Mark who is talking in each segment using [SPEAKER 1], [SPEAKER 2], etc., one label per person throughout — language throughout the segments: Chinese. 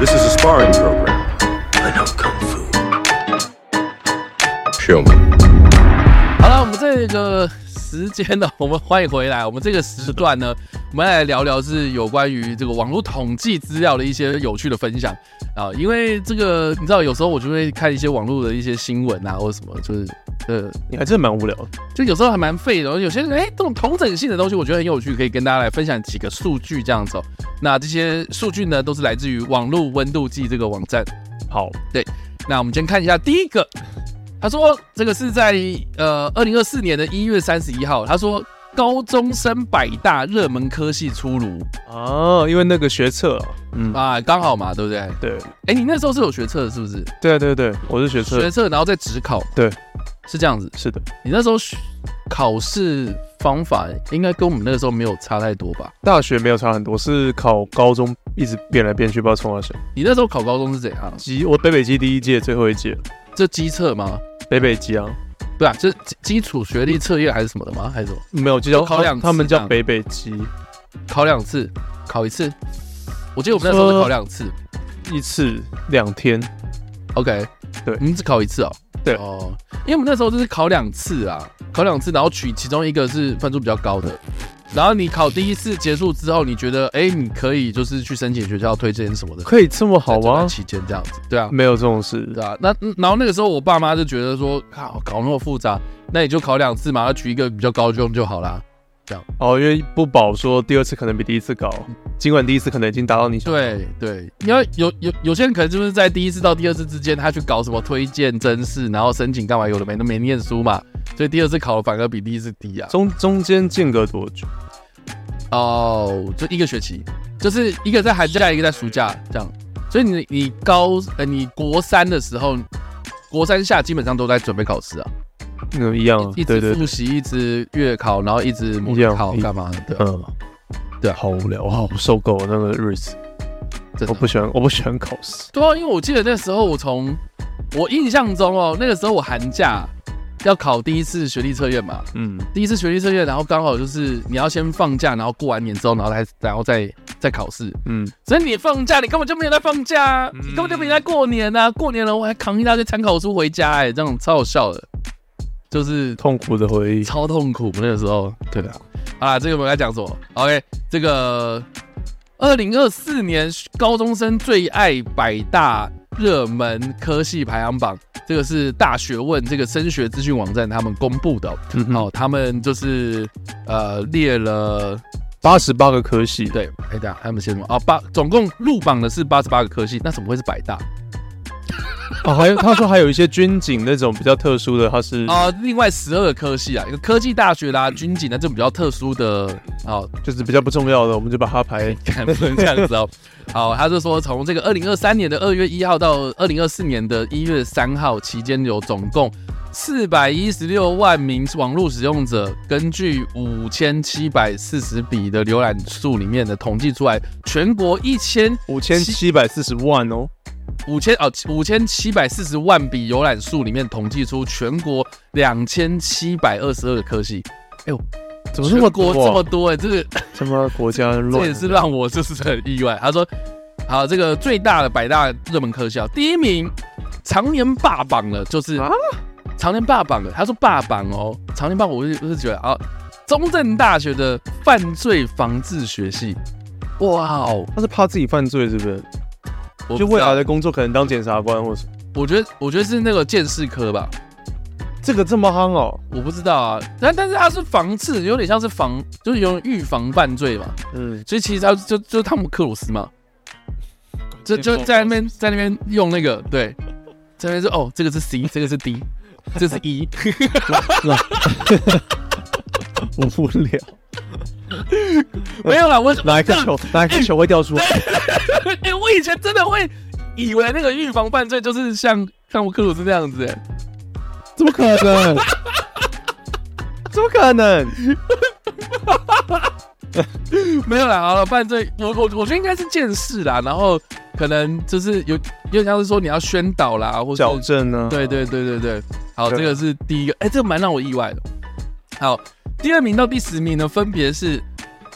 [SPEAKER 1] sparring program.
[SPEAKER 2] I know kung fu.
[SPEAKER 1] Show me.
[SPEAKER 3] 好了，我们这个时间呢，我们欢迎回来。我们这个时段呢，我们来聊聊是有关于这个网络统计资料的一些有趣的分享啊。因为这个你知道，有时候我就会看一些网络的一些新闻啊，或者什么，就是呃，
[SPEAKER 4] 你哎还真的蛮无聊的。
[SPEAKER 3] 就有时候还蛮废的。有些哎，这种同整性的东西，我觉得很有趣，可以跟大家来分享几个数据这样子、哦。那这些数据呢，都是来自于网络温度计这个网站。
[SPEAKER 4] 好，
[SPEAKER 3] 那我们先看一下第一个，他说这个是在呃二零二四年的一月三十一号，他说高中生百大热门科系出炉
[SPEAKER 4] 哦，因为那个学测啊，嗯，
[SPEAKER 3] 啊，刚好嘛，对不对？
[SPEAKER 4] 对，
[SPEAKER 3] 哎，你那时候是有学测的是不是？
[SPEAKER 4] 对啊，对对，我是学测
[SPEAKER 3] 学，测然后再职考，
[SPEAKER 4] 对，
[SPEAKER 3] 是这样子。
[SPEAKER 4] 是的，
[SPEAKER 3] 你那时候学考试方法应该跟我们那个时候没有差太多吧？
[SPEAKER 4] 大学没有差很多，是考高中一直变来变去，不知道冲到谁。
[SPEAKER 3] 你那时候考高中是怎样？
[SPEAKER 4] 基我北北基第一届最后一届，
[SPEAKER 3] 这机测吗？
[SPEAKER 4] 北北基啊，
[SPEAKER 3] 对啊，这基基础学历测验还是什么的吗？还是什么？
[SPEAKER 4] 没有，就叫
[SPEAKER 3] 有考两次
[SPEAKER 4] 他们
[SPEAKER 3] 这
[SPEAKER 4] 叫
[SPEAKER 3] 样
[SPEAKER 4] 北北基，
[SPEAKER 3] 考两次，考一次。我记得我们那时候是
[SPEAKER 4] 说
[SPEAKER 3] 考两次。
[SPEAKER 4] 一次两天，
[SPEAKER 3] OK，
[SPEAKER 4] 对
[SPEAKER 3] 你们只考一次哦。
[SPEAKER 4] 对
[SPEAKER 3] 哦，因为我们那时候就是考两次啊，考两次，然后取其中一个是分数比较高的，然后你考第一次结束之后，你觉得哎、你可以就是去申请学校推荐什么的，
[SPEAKER 4] 可以这么好啊嗯
[SPEAKER 3] 在这段
[SPEAKER 4] 吗？
[SPEAKER 3] 期间这样子，对啊，
[SPEAKER 4] 没有这种事，
[SPEAKER 3] 对啊。那嗯然后那个时候我爸妈就觉得说，靠，搞那么复杂，那你就考两次嘛，要取一个比较高中就好啦。
[SPEAKER 4] 哦，因为不保说第二次可能比第一次高，尽管第一次可能已经达到你想，
[SPEAKER 3] 对对，你要有有有些人可能就是在第一次到第二次之间，他去搞什么推荐真试，然后申请干嘛，有的没的没念书嘛，所以第二次考的反而比第一次低啊。
[SPEAKER 4] 中中间间隔多久？
[SPEAKER 3] 哦，就一个学期，就是一个在寒假，一个在暑假这样。所以你你高呃你国三的时候，国三下基本上都在准备考试啊，
[SPEAKER 4] 嗯，一样啊，
[SPEAKER 3] 一
[SPEAKER 4] 对
[SPEAKER 3] 直
[SPEAKER 4] 对，
[SPEAKER 3] 复习，一直月考，然后一直模
[SPEAKER 4] 一样
[SPEAKER 3] 考
[SPEAKER 4] 一
[SPEAKER 3] 干嘛的，
[SPEAKER 4] 嗯，
[SPEAKER 3] 对啊
[SPEAKER 4] 好无聊，我好受够了那个日子，
[SPEAKER 3] 真的
[SPEAKER 4] 我不喜欢，我不喜欢考试。
[SPEAKER 3] 对啊，因为我记得那时候我从我印象中哦，那个时候我寒假要考第一次学历测验嘛，
[SPEAKER 4] 嗯，
[SPEAKER 3] 第一次学历测验，然后刚好就是你要先放假，然后过完年之后，然后再然后再再考试。
[SPEAKER 4] 嗯，
[SPEAKER 3] 所以你放假，你根本就没有在放假、啊，你根本就没在过年啊！过年了，我还扛一大堆参考书回家、哎，这样超好笑的，就是
[SPEAKER 4] 痛苦的回忆。
[SPEAKER 3] 超痛苦那个时候。对啊，好啦，这个我们该讲什么？OK，这个二零二四年高中生最爱百大热门科系排行榜，这个是大学问这个升学资讯网站他们公布的哦、
[SPEAKER 4] 嗯哼，
[SPEAKER 3] 哦，他们就是呃列了
[SPEAKER 4] 八十八个科系，
[SPEAKER 3] 对，哎、对啊，他们写什么？哦，八总共入榜的是八十八个科系，那怎么会是百大？
[SPEAKER 4] 哦，还有他说还有一些军警那种比较特殊的，它是
[SPEAKER 3] 啊、另外十二个科系啊，有科技大学啦、军警啊，这种比较特殊的哦，
[SPEAKER 4] 就是比较不重要的，我们就把它排。
[SPEAKER 3] 看不能这样子哦。好，他就说从这个二零二三年的二月一号到二零二四年的一月三号期间，有总共四百一十六万名网络使用者，根据五千七百四十笔的浏览数里面的统计出来，全国一千
[SPEAKER 4] 五千七百四十万哦，
[SPEAKER 3] 五千哦五千七百四十万笔浏览数里面统计出全国两千七百二十二个科系，
[SPEAKER 4] 怎么那么
[SPEAKER 3] 全国
[SPEAKER 4] 多
[SPEAKER 3] 这么
[SPEAKER 4] 啊？
[SPEAKER 3] 多哎、这个
[SPEAKER 4] 他妈国家
[SPEAKER 3] 这
[SPEAKER 4] 乱
[SPEAKER 3] 也，是让我就是很意外。他说，好，这个最大的百大热门科校，第一名常年霸榜了，就是
[SPEAKER 4] 啊
[SPEAKER 3] 常年霸榜了。他说霸榜哦，常年霸榜，我就我是觉得啊，中正大学的犯罪防治学系，哇哦，
[SPEAKER 4] 他是怕自己犯罪是不是？
[SPEAKER 3] 我不
[SPEAKER 4] 就
[SPEAKER 3] 知
[SPEAKER 4] 未
[SPEAKER 3] 道
[SPEAKER 4] 来的工作可能当检察官或什么，
[SPEAKER 3] 我觉得我觉得是那个建士科吧，
[SPEAKER 4] 这个这么夯哦，
[SPEAKER 3] 我不知道啊，但但是它是防治，有点像是防，就是有点预防犯罪嘛，
[SPEAKER 4] 嗯，
[SPEAKER 3] 所以其实他就就汤姆克鲁斯嘛，就就在那边在那边用那个对，在那边说哦，这个是 C，这个是 D，这是 E，
[SPEAKER 4] 无聊，
[SPEAKER 3] 没有啦，我
[SPEAKER 4] 哪一颗 球哪一颗球会掉出来？
[SPEAKER 3] 哎、我以前真的会以为那个预防犯罪就是像汤姆克鲁斯那样子、哎
[SPEAKER 4] 怎么可能？ 怎么可能？
[SPEAKER 3] 没有啦，好了，犯罪，我我我觉得应该是见识啦，然后可能就是有有点像是说你要宣导啦，或者
[SPEAKER 4] 矫正呢？
[SPEAKER 3] 对对对对对，好，
[SPEAKER 4] 嗯对
[SPEAKER 3] 这个是第一个，哎、这个蛮让我意外的。好，第二名到第十名呢，分别是，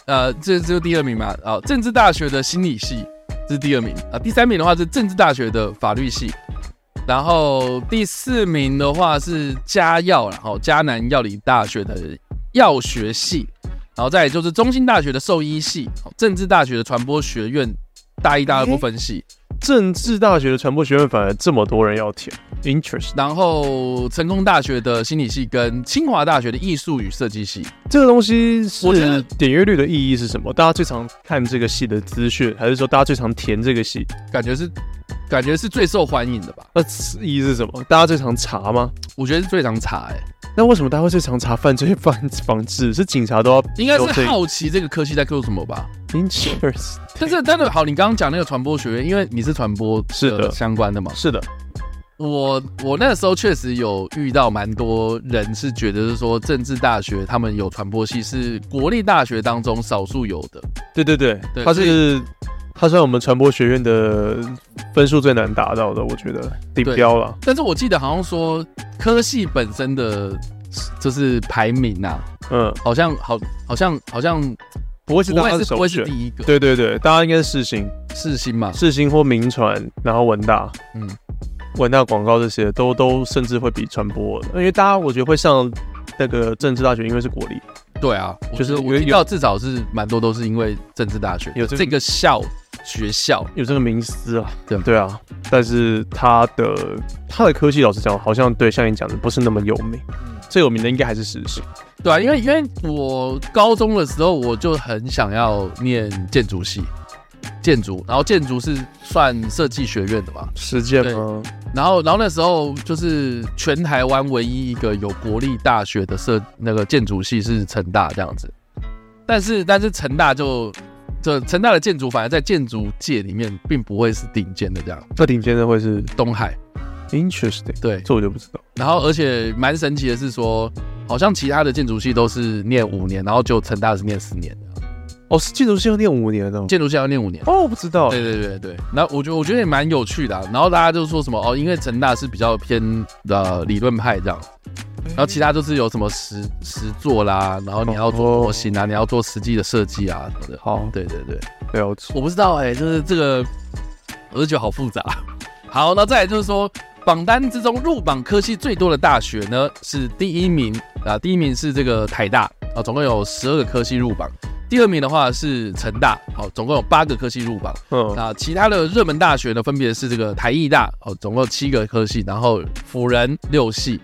[SPEAKER 3] 呃，这这是第二名嘛，啊、政治大学的心理系，这是第二名啊。第三名的话是政治大学的法律系，然后第四名的话是嘉药，然后迦南药理大学的药学系，然后再来就是中兴大学的兽医系，好政治大学的传播学院大一大二不分系，
[SPEAKER 4] 政治大学的传播学院反而这么多人要填，interest。
[SPEAKER 3] 然后成功大学的心理系跟清华大学的艺术与设计系。
[SPEAKER 4] 这个东西
[SPEAKER 3] 我觉得
[SPEAKER 4] 是点阅率的意义是什么？大家最常看这个戏的资讯，还是说大家最常填这个戏？
[SPEAKER 3] 感觉是感觉是最受欢迎的吧？
[SPEAKER 4] 那意义是什么？大家最常查吗？
[SPEAKER 3] 我觉得是最常查哎、
[SPEAKER 4] 那为什么大家会最常查犯罪防防治？是警察都要
[SPEAKER 3] 应该
[SPEAKER 4] 有这
[SPEAKER 3] 是
[SPEAKER 4] 个
[SPEAKER 3] 好奇这个科系在做什么吧？
[SPEAKER 4] interest？
[SPEAKER 3] 但是但是好，你刚刚讲那个传播学院，因为你是传播
[SPEAKER 4] 是的
[SPEAKER 3] 呃相关的嘛，
[SPEAKER 4] 是的，
[SPEAKER 3] 我我那时候确实有遇到蛮多人是觉得是说政治大学他们有传播系是国立大学当中少数有的，
[SPEAKER 4] 对对对，
[SPEAKER 3] 对
[SPEAKER 4] 它
[SPEAKER 3] 所
[SPEAKER 4] 是它算我们传播学院的分数最难达到的，我觉得顶
[SPEAKER 3] 对
[SPEAKER 4] 标了。
[SPEAKER 3] 但是我记得好像说科系本身的就是排名啊，
[SPEAKER 4] 嗯，
[SPEAKER 3] 好像好好像好像
[SPEAKER 4] 不会是
[SPEAKER 3] 不
[SPEAKER 4] 大家
[SPEAKER 3] 会
[SPEAKER 4] 的
[SPEAKER 3] 是不
[SPEAKER 4] 首
[SPEAKER 3] 会是
[SPEAKER 4] 选
[SPEAKER 3] 第。一个
[SPEAKER 4] 对对对，大家应该是世新、
[SPEAKER 3] 世新嘛，
[SPEAKER 4] 世新或名传，然后文大，
[SPEAKER 3] 嗯
[SPEAKER 4] 嗯，文大广告这些都都甚至会比传播，因为大家我觉得会上那个政治大学，因为是国立，
[SPEAKER 3] 对啊，
[SPEAKER 4] 就是
[SPEAKER 3] 我
[SPEAKER 4] 有
[SPEAKER 3] 我听到至少是蛮多都是因为政治大学
[SPEAKER 4] 有这
[SPEAKER 3] 这
[SPEAKER 4] 个
[SPEAKER 3] 个校学校，
[SPEAKER 4] 有这个名师啊，
[SPEAKER 3] 对
[SPEAKER 4] 对啊，但是他的他的科技老师讲，好像对像你讲的不是那么有名，
[SPEAKER 3] 嗯
[SPEAKER 4] 最有名的应该还是实习，
[SPEAKER 3] 对啊，因为因为我高中的时候我就很想要念建筑系，建筑，然后建筑是算设计学院的嘛，
[SPEAKER 4] 实践吗？
[SPEAKER 3] 然后然后那时候就是全台湾唯一一个有国立大学的设那个建筑系是成大这样子，但是但是成大就。这成大的建筑，反而在建筑界里面并不会是顶尖的，这样。
[SPEAKER 4] 那顶尖的会是
[SPEAKER 3] 东海
[SPEAKER 4] interesting，
[SPEAKER 3] 对，
[SPEAKER 4] 这我就不知道。
[SPEAKER 3] 然后而且蛮神奇的是说，好像其他的建筑系都是念五年，然后只有成大是念四年的，
[SPEAKER 4] 哦，是建筑系要念五年哦。
[SPEAKER 3] 建筑系要念五年。
[SPEAKER 4] 哦，我不知道。
[SPEAKER 3] 对对对对，然后我觉得我觉得也蛮有趣的啊、然后大家就说什么哦，因为成大是比较偏呃理论派这样，然后其他就是有什么实实作啦，然后你要做模型啊，你要做实际的设计啊什么的。
[SPEAKER 4] 好，
[SPEAKER 3] 对对对，
[SPEAKER 4] 了解。
[SPEAKER 3] 我不知道哎、就是这个，我就觉得好复杂。好，那再来就是说，榜单之中入榜科系最多的大学呢是第一名啊，第一名是这个台大啊，总共有十二个科系入榜。第二名的话是成大，好、总共有八个科系入榜。
[SPEAKER 4] 嗯，
[SPEAKER 3] 那其他的热门大学呢，分别是这个台艺大哦，总共有七个科系，然后辅仁六系，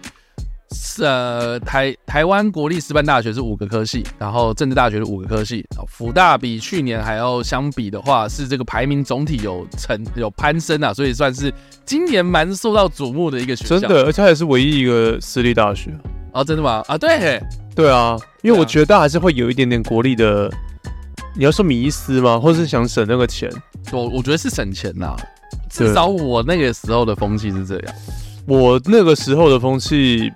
[SPEAKER 3] 是呃台台湾国立师范大学是五个科系，然后政治大学是五个科系。哦辅大比去年还要相比的话，是这个排名总体有成有攀升啊，所以算是今年蛮受到瞩目的一个学校。
[SPEAKER 4] 真的，而且它也是唯一一个私立大学。
[SPEAKER 3] 啊，真的吗？啊，对，
[SPEAKER 4] 对啊，因
[SPEAKER 3] 对
[SPEAKER 4] 为
[SPEAKER 3] 啊
[SPEAKER 4] 我觉得还是会有一点点国力的，你要说迷思吗？或是想省那个钱？
[SPEAKER 3] 我我觉得是省钱呐、
[SPEAKER 4] 对
[SPEAKER 3] 至少我那个时候的风气是这样。
[SPEAKER 4] 我那个时候的风气，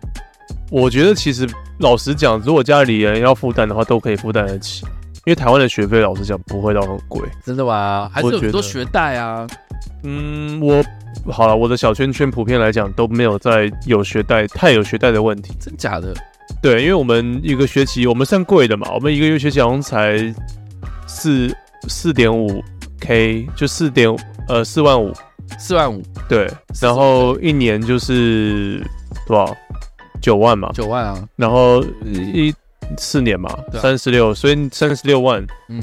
[SPEAKER 4] 我觉得其实老实讲，如果家里人要负担的话，都可以负担得起，因为台湾的学费老实讲不会到很贵。
[SPEAKER 3] 真的吗？还是
[SPEAKER 4] 我
[SPEAKER 3] 有很多
[SPEAKER 4] 觉得
[SPEAKER 3] 学贷啊？
[SPEAKER 4] 嗯，我好了，我的小圈圈普遍来讲都没有在有学贷太有学贷的问题。
[SPEAKER 3] 真假的？
[SPEAKER 4] 对，因为我们一个学期我们算贵的嘛，我们一个月学期好像才四四点五 k，就四点呃四万五
[SPEAKER 3] 四万五
[SPEAKER 4] 对，然后一年就是多少九万嘛，
[SPEAKER 3] 九万啊？
[SPEAKER 4] 然后一四年嘛
[SPEAKER 3] 对啊
[SPEAKER 4] 三十六，所以三十六万，
[SPEAKER 3] 嗯
[SPEAKER 4] 嗯，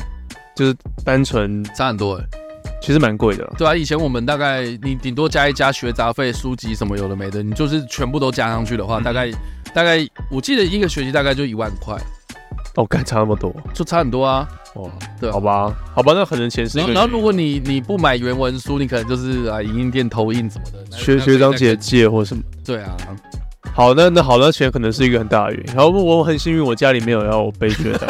[SPEAKER 4] 就是单纯
[SPEAKER 3] 差很多哎、
[SPEAKER 4] 其实蛮贵的啦，
[SPEAKER 3] 对啊，以前我们大概你顶多加一加学杂费、书籍什么有的没的，你就是全部都加上去的
[SPEAKER 4] 嗯
[SPEAKER 3] 话，大概大概我记得一个学期大概就一万块，
[SPEAKER 4] 哦，干差那么多，
[SPEAKER 3] 就差很多啊。
[SPEAKER 4] 哇，
[SPEAKER 3] 对啊
[SPEAKER 4] 好吧，好吧，那可能钱是一
[SPEAKER 3] 然
[SPEAKER 4] 个
[SPEAKER 3] 后然后如果你你不买原文书，你可能就是啊影印店投印什么的。那
[SPEAKER 4] 学
[SPEAKER 3] 那
[SPEAKER 4] 学
[SPEAKER 3] 所
[SPEAKER 4] 长
[SPEAKER 3] 以
[SPEAKER 4] 姐
[SPEAKER 3] 那个
[SPEAKER 4] 借或什么。
[SPEAKER 3] 对啊，
[SPEAKER 4] 好，那那好，那钱可能是一个很大的原因。然后我我很幸运，我家里没有要我背学 贷，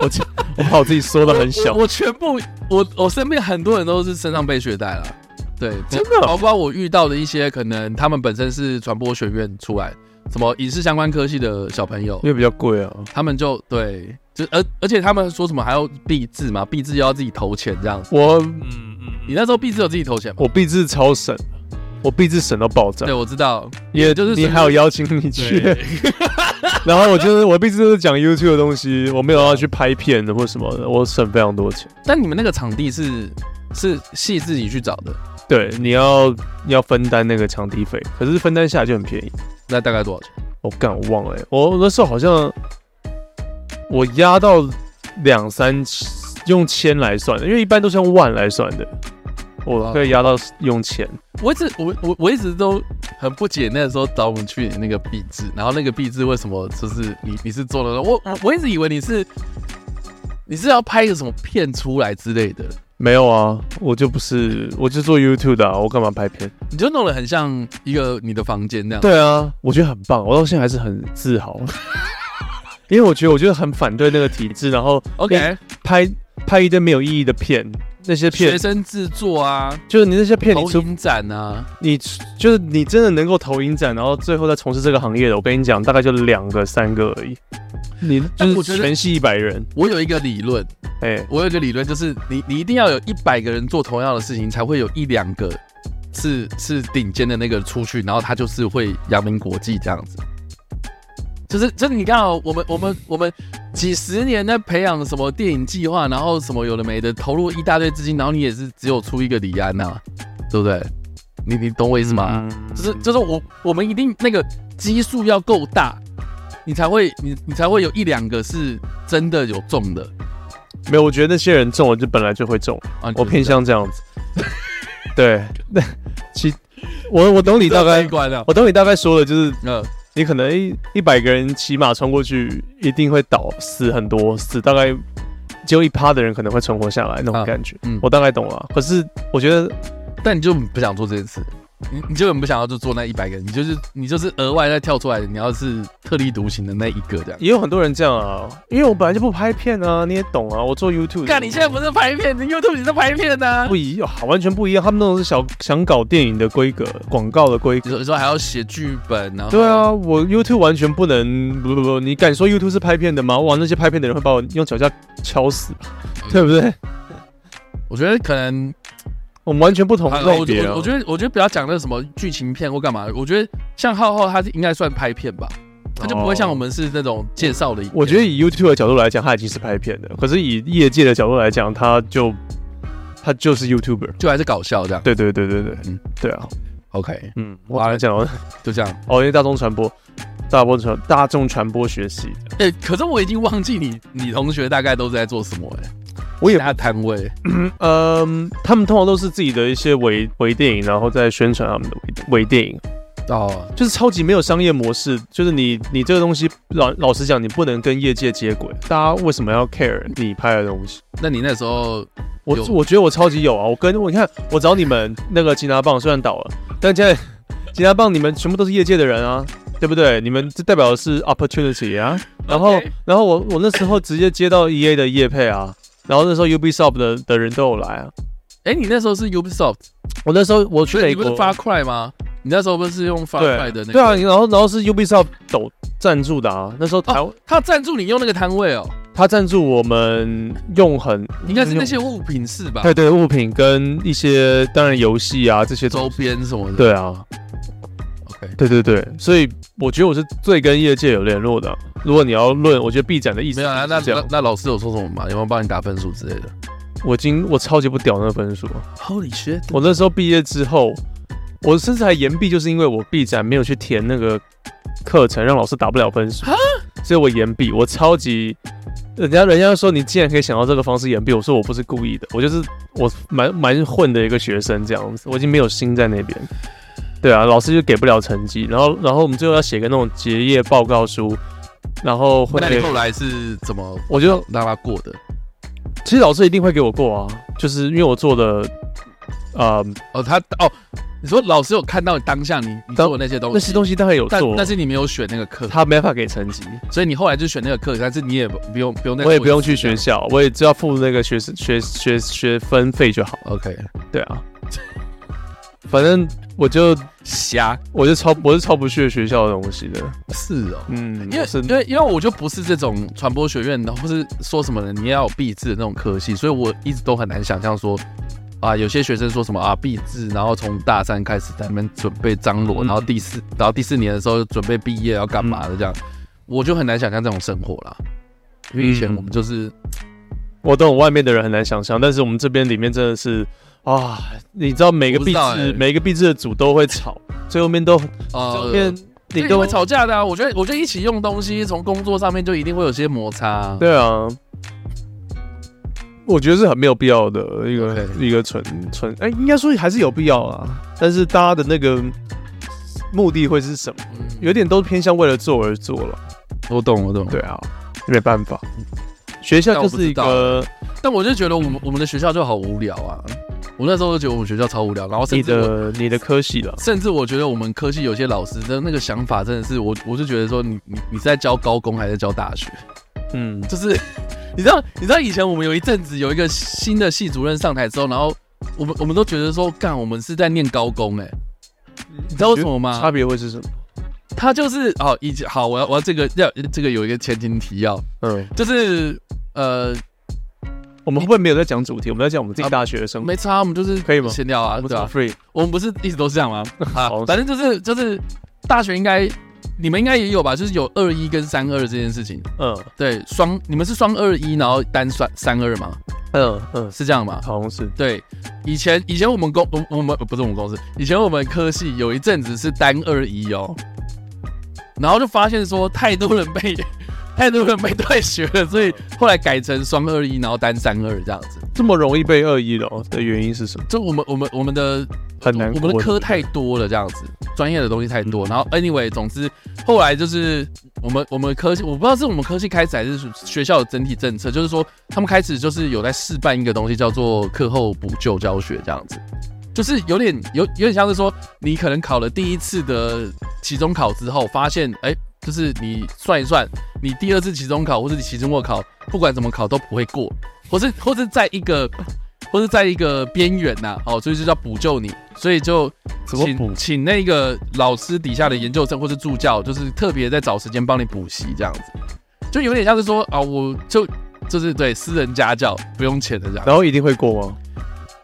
[SPEAKER 4] 我家我把我自己缩得很小
[SPEAKER 3] 我。我全部我我身边很多人都是身上背学贷了。对，
[SPEAKER 4] 真的
[SPEAKER 3] 包括我遇到的一些可能他们本身是传播学院出来，什么影视相关科系的小朋友，
[SPEAKER 4] 因为比较贵啊，
[SPEAKER 3] 他们就对，就而而且他们说什么还要币制嘛，币制要自己投钱这样。
[SPEAKER 4] 我嗯嗯，
[SPEAKER 3] 你那时候币制有自己投钱吗？
[SPEAKER 4] 我币制超省，我币制省到爆炸
[SPEAKER 3] 对，，我知道，
[SPEAKER 4] 也
[SPEAKER 3] 就是
[SPEAKER 4] 你还有邀请你去， 然后我就是我币制都是讲 YouTube 的东西，我没有要去拍片的或什么的，我省非常多钱。
[SPEAKER 3] 但你们那个场地是是系自己去找的，
[SPEAKER 4] 对，你要你要分担那个场地费，可是分担下来就很便宜。
[SPEAKER 3] 那大概多少钱？
[SPEAKER 4] 我、干，我忘了、欸，我那时候好像我压到两三千，用千来算的，因为一般都是用万来算的，我可以压到用千。
[SPEAKER 3] 我一直我我我一直都很不解，那时候找我们去你那个壁纸，然后那个壁纸为什么就是你你是做了？我我我一直以为你是你是要拍一个什么片出来之类的，
[SPEAKER 4] 没有啊，我就不是，我就做 YouTube 的、啊，我干嘛拍片？
[SPEAKER 3] 你就弄得很像一个你的房间那样。
[SPEAKER 4] 对啊，我觉得很棒，我到现在还是很自豪， 因为我觉得我就是很反对那个体制，然后
[SPEAKER 3] OK，
[SPEAKER 4] 拍拍一堆没有意义的片，那些
[SPEAKER 3] 学
[SPEAKER 4] 片
[SPEAKER 3] 生制作啊，
[SPEAKER 4] 就是你那些片你
[SPEAKER 3] 投
[SPEAKER 4] 出
[SPEAKER 3] 影展啊，
[SPEAKER 4] 你就是你真的能够投影展，然后最后再从事这个行业的，我跟你讲，大概就两个三个而已。你
[SPEAKER 3] 但
[SPEAKER 4] 就
[SPEAKER 3] 我
[SPEAKER 4] 是
[SPEAKER 3] 觉得
[SPEAKER 4] 全系一百人，
[SPEAKER 3] 我有一个理论，
[SPEAKER 4] 哎、
[SPEAKER 3] 我有一个理论就是你你一定要有一百个人做同样的事情，才会有一两个是是顶尖的那个出去，然后他就是会扬名国际这样子。就是就是你看哦，我们我们我们几十年在培养什么电影计划，然后什么有的没的，投入一大堆资金，然后你也是只有出一个李安呐、啊对不对？你你懂我意思吗？
[SPEAKER 4] 嗯，
[SPEAKER 3] 就是就是我我们一定那个基数要够大，你才会你你才会有一两个是真的有中的
[SPEAKER 4] 没有，我觉得那些人中，我就本来就会中，
[SPEAKER 3] 啊。你觉
[SPEAKER 4] 我
[SPEAKER 3] 得
[SPEAKER 4] 偏
[SPEAKER 3] 这样
[SPEAKER 4] 向这样 子。对，那 其我我懂你大
[SPEAKER 3] 悲
[SPEAKER 4] 概，
[SPEAKER 3] 观啊，
[SPEAKER 4] 我懂你大概说的就是
[SPEAKER 3] 呃，
[SPEAKER 4] 你可能一一百个人骑马冲过去，一定会倒死很多，死大概只有一趴的人可能会存活下来那种
[SPEAKER 3] 啊
[SPEAKER 4] 感觉。
[SPEAKER 3] 嗯
[SPEAKER 4] 我大概懂了，可是我觉得
[SPEAKER 3] 但你就很不想做这件事，你你就很不想要就做那一百个，你就是你就是额外再跳出来的，你要是特立独行的那一个这样。
[SPEAKER 4] 也有很多人这样啊，因为我本来就不拍片啊，你也懂啊，我做 YouTube 的。
[SPEAKER 3] 干，你现在不是拍片，你 YouTube 你在拍片啊呢、
[SPEAKER 4] 不一样，完全不一样。他们那种是想想搞电影的规格，广告的规
[SPEAKER 3] 你
[SPEAKER 4] 格。
[SPEAKER 3] 说你说还要写剧本，然后
[SPEAKER 4] 对，啊，我 YouTube 完全不能，不不不，你敢说 YouTube 是拍片的吗？哇，那些拍片的人会把我用脚下敲死，
[SPEAKER 3] 嗯
[SPEAKER 4] 对不对？
[SPEAKER 3] 我觉得可能，
[SPEAKER 4] 我们完全不同
[SPEAKER 3] 好了
[SPEAKER 4] 类
[SPEAKER 3] 我
[SPEAKER 4] 别啊
[SPEAKER 3] 我我觉得我觉得不要讲那什么剧情片或干嘛，我觉得像浩浩他是应该算拍片吧，他就不会像我们是那种介绍的影片。
[SPEAKER 4] 哦我觉得以 YouTube 的角度来讲，它已经是拍片的，可是以业界的角度来讲，它就它就是 YouTuber。
[SPEAKER 3] 就还是搞笑这样。
[SPEAKER 4] 对对对对对，
[SPEAKER 3] 嗯
[SPEAKER 4] 对啊，
[SPEAKER 3] OK，
[SPEAKER 4] 嗯，我刚才讲了
[SPEAKER 3] 就这样。
[SPEAKER 4] 哦，因为大众传播，大众传大众传播学习，
[SPEAKER 3] 哎、可是我已经忘记你你同学大概都是在做什么哎、
[SPEAKER 4] 我也
[SPEAKER 3] 他摊位。
[SPEAKER 4] 嗯，他们通常都是自己的一些微微电影，然后再宣传他们的微微电影，
[SPEAKER 3] 哦，
[SPEAKER 4] 就是超级没有商业模式。就是你你这个东西老老实讲，你不能跟业界接轨。大家为什么要 care 你拍的东西？
[SPEAKER 3] 那你那时候
[SPEAKER 4] 我
[SPEAKER 3] 有
[SPEAKER 4] 我觉得我超级有啊！我跟我你看，我找你们那个吉拿棒虽然倒了，但现在吉拿棒你们全部都是业界的人啊，对不对？你们这代表的是 opportunity 啊。然后
[SPEAKER 3] OK
[SPEAKER 4] 然后我我那时候直接接到 EA 的业配啊，然后那时候 Ubisoft 的的人都有来啊。
[SPEAKER 3] 哎、你那时候是 Ubisoft，
[SPEAKER 4] 我那时候我去
[SPEAKER 3] 所以
[SPEAKER 4] 美
[SPEAKER 3] 你不
[SPEAKER 4] 国
[SPEAKER 3] 是，Far Cry 吗？你那时候不是用 Far
[SPEAKER 4] 对
[SPEAKER 3] Cry 的那个？
[SPEAKER 4] 对啊，，然后然后是 Ubisoft 抖赞助的啊，那时候台、湾
[SPEAKER 3] 他赞助你用那个摊位哦，
[SPEAKER 4] 他赞助我们用很
[SPEAKER 3] 应该是那些物品是吧？
[SPEAKER 4] 对对物品跟一些当然游戏啊这些
[SPEAKER 3] 周边什么的。
[SPEAKER 4] 对啊，
[SPEAKER 3] ，OK，
[SPEAKER 4] 对对对，所以我觉得我是最跟业界有联络的啊、如果你要论，我觉得 B 展的意思
[SPEAKER 3] 没有啊，那
[SPEAKER 4] 是这
[SPEAKER 3] 那
[SPEAKER 4] 样，
[SPEAKER 3] 那老师有说什么吗？有没有帮你打分数之类的
[SPEAKER 4] 我已经我超级不屌那个分数啊，
[SPEAKER 3] ？Holy shit！
[SPEAKER 4] 我那时候毕业之后，我甚至还延毕，就是因为我 B 展没有去填那个课程，让老师打不了分数
[SPEAKER 3] 啊，
[SPEAKER 4] 所以我延毕。我超级，人家人家说你竟然可以想到这个方式延毕，我说我不是故意的，我就是我蛮蛮混的一个学生这样子，我已经没有心在那边。对啊，老师就给不了成绩，然后然后我们最后要写个那种结业报告书，然后会
[SPEAKER 3] 那你后来是怎么
[SPEAKER 4] 我就
[SPEAKER 3] 让他过的？
[SPEAKER 4] 其实老师一定会给我过啊，就是因为我做的，呃，
[SPEAKER 3] 哦，他哦，你说老师有看到当下你你
[SPEAKER 4] 当
[SPEAKER 3] 做的那些东西，
[SPEAKER 4] 那些东西当然有
[SPEAKER 3] 但
[SPEAKER 4] 做，
[SPEAKER 3] 但是你没有选那个课，
[SPEAKER 4] 他没办法给成绩。
[SPEAKER 3] 所以你后来就选那个课，但是你也不不用不用那，
[SPEAKER 4] 我也不用去学。校，我也只要付那个学生学学学分费就好。
[SPEAKER 3] OK，
[SPEAKER 4] 对 啊，反正我就
[SPEAKER 3] 瞎
[SPEAKER 4] 我就超我是超不屑学校的东西的。
[SPEAKER 3] 是哦。
[SPEAKER 4] 嗯，
[SPEAKER 3] 因为
[SPEAKER 4] 我是
[SPEAKER 3] 因为因为我就不是这种传播学院的，或是说什么的，你也要有毕制的那种科系，所以我一直都很难想象说，啊，有些学生说什么啊毕制，然后从大三开始在那边准备张罗，
[SPEAKER 4] 嗯
[SPEAKER 3] 然后第四，然后第四年的时候准备毕业要干嘛的这样，我就很难想象这种生活啦。因为以前
[SPEAKER 4] 嗯
[SPEAKER 3] 我们就是
[SPEAKER 4] 我懂外面的人很难想象，但是我们这边里面真的是啊，你知道每个
[SPEAKER 3] 我不知
[SPEAKER 4] 壁
[SPEAKER 3] 道欸
[SPEAKER 4] 纸每个壁纸的组都会吵，最后面都最后
[SPEAKER 3] 呃，
[SPEAKER 4] 面
[SPEAKER 3] 一
[SPEAKER 4] 你
[SPEAKER 3] 定
[SPEAKER 4] 都
[SPEAKER 3] 会吵架的啊！我觉得，我觉得一起用东西，从工作上面就一定会有些摩擦啊。
[SPEAKER 4] 对啊，我觉得是很没有必要的一个
[SPEAKER 3] OK
[SPEAKER 4] 一个存存，哎、应该说还是有必要啦，但是大家的那个目的会是什么？
[SPEAKER 3] 嗯
[SPEAKER 4] 有点都偏向为了做而做了，
[SPEAKER 3] 我懂，我懂。
[SPEAKER 4] 对啊，没办法，学校
[SPEAKER 3] 但
[SPEAKER 4] 就
[SPEAKER 3] 我不
[SPEAKER 4] 是一
[SPEAKER 3] 知道啊
[SPEAKER 4] 个
[SPEAKER 3] 但我就觉得我们我们的学校就好无聊啊！我那时候就觉得我们学校超无聊，然后甚
[SPEAKER 4] 你
[SPEAKER 3] 至我
[SPEAKER 4] 的你的科系了，
[SPEAKER 3] 甚至我觉得我们科系有些老师的那个想法真的是我，我就觉得说你你你是在教高工还是在教大学？
[SPEAKER 4] 嗯，
[SPEAKER 3] 就是你知道你知道以前我们有一阵子有一个新的系主任上台之后，然后我们我们都觉得说干我们是在念高工哎、
[SPEAKER 4] 你
[SPEAKER 3] 知道为什么吗
[SPEAKER 4] 嗯差别会是什么？
[SPEAKER 3] 他就是哦以前好我要我要这个要这个有一个前情提要，
[SPEAKER 4] 嗯，
[SPEAKER 3] 就是呃
[SPEAKER 4] 我们会不会没有在讲主题？我们在讲我们自己大学的生活，
[SPEAKER 3] 没差，我们就是
[SPEAKER 4] 可以吗
[SPEAKER 3] 闲聊啊，
[SPEAKER 4] 我们
[SPEAKER 3] 对吧、
[SPEAKER 4] 讲 free，
[SPEAKER 3] 我们不是一直都是这样吗？啊
[SPEAKER 4] 好，
[SPEAKER 3] 反正就是就是大学应该你们应该也有吧，就是有二一跟三二这件事情。
[SPEAKER 4] 嗯
[SPEAKER 3] 对，双你们是双二一，然后单双三二嘛，
[SPEAKER 4] 嗯嗯，
[SPEAKER 3] 是这样吗？
[SPEAKER 4] 好像是，
[SPEAKER 3] 对，以前以前我们公我我们呃不是我们公司，以前我们科系有一阵子是单二一哦，然后就发现说太多人被 太多人被退学了，所以后来改成双二一，然后单三二这样子。
[SPEAKER 4] 这么容易被恶意的哦的原因是什么？
[SPEAKER 3] 就我们我们我们的
[SPEAKER 4] 很难
[SPEAKER 3] 我
[SPEAKER 4] 过，嗯
[SPEAKER 3] 们的科太多了，这样子，专业的东西太多。然后 anyway，总之后来就是我们我们科系，我不知道是我们科系开始还是学校的整体政策，就是说他们开始就是有在试办一个东西叫做课后补救教学这样子。就是有点有有点像是说，你可能考了第一次的期中考之后，发现哎、就是你算一算，你第二次期中考或是你期中末考，不管怎么考都不会过，或是或是在一个或是在一个边缘呐，哦，所以就叫补救你，所以就
[SPEAKER 4] 怎么补
[SPEAKER 3] 请请那个老师底下的研究生或是助教，就是特别在找时间帮你补习这样子，就有点像是说啊、我就就是对私人家教不用钱的这样。
[SPEAKER 4] 然后一定会过吗？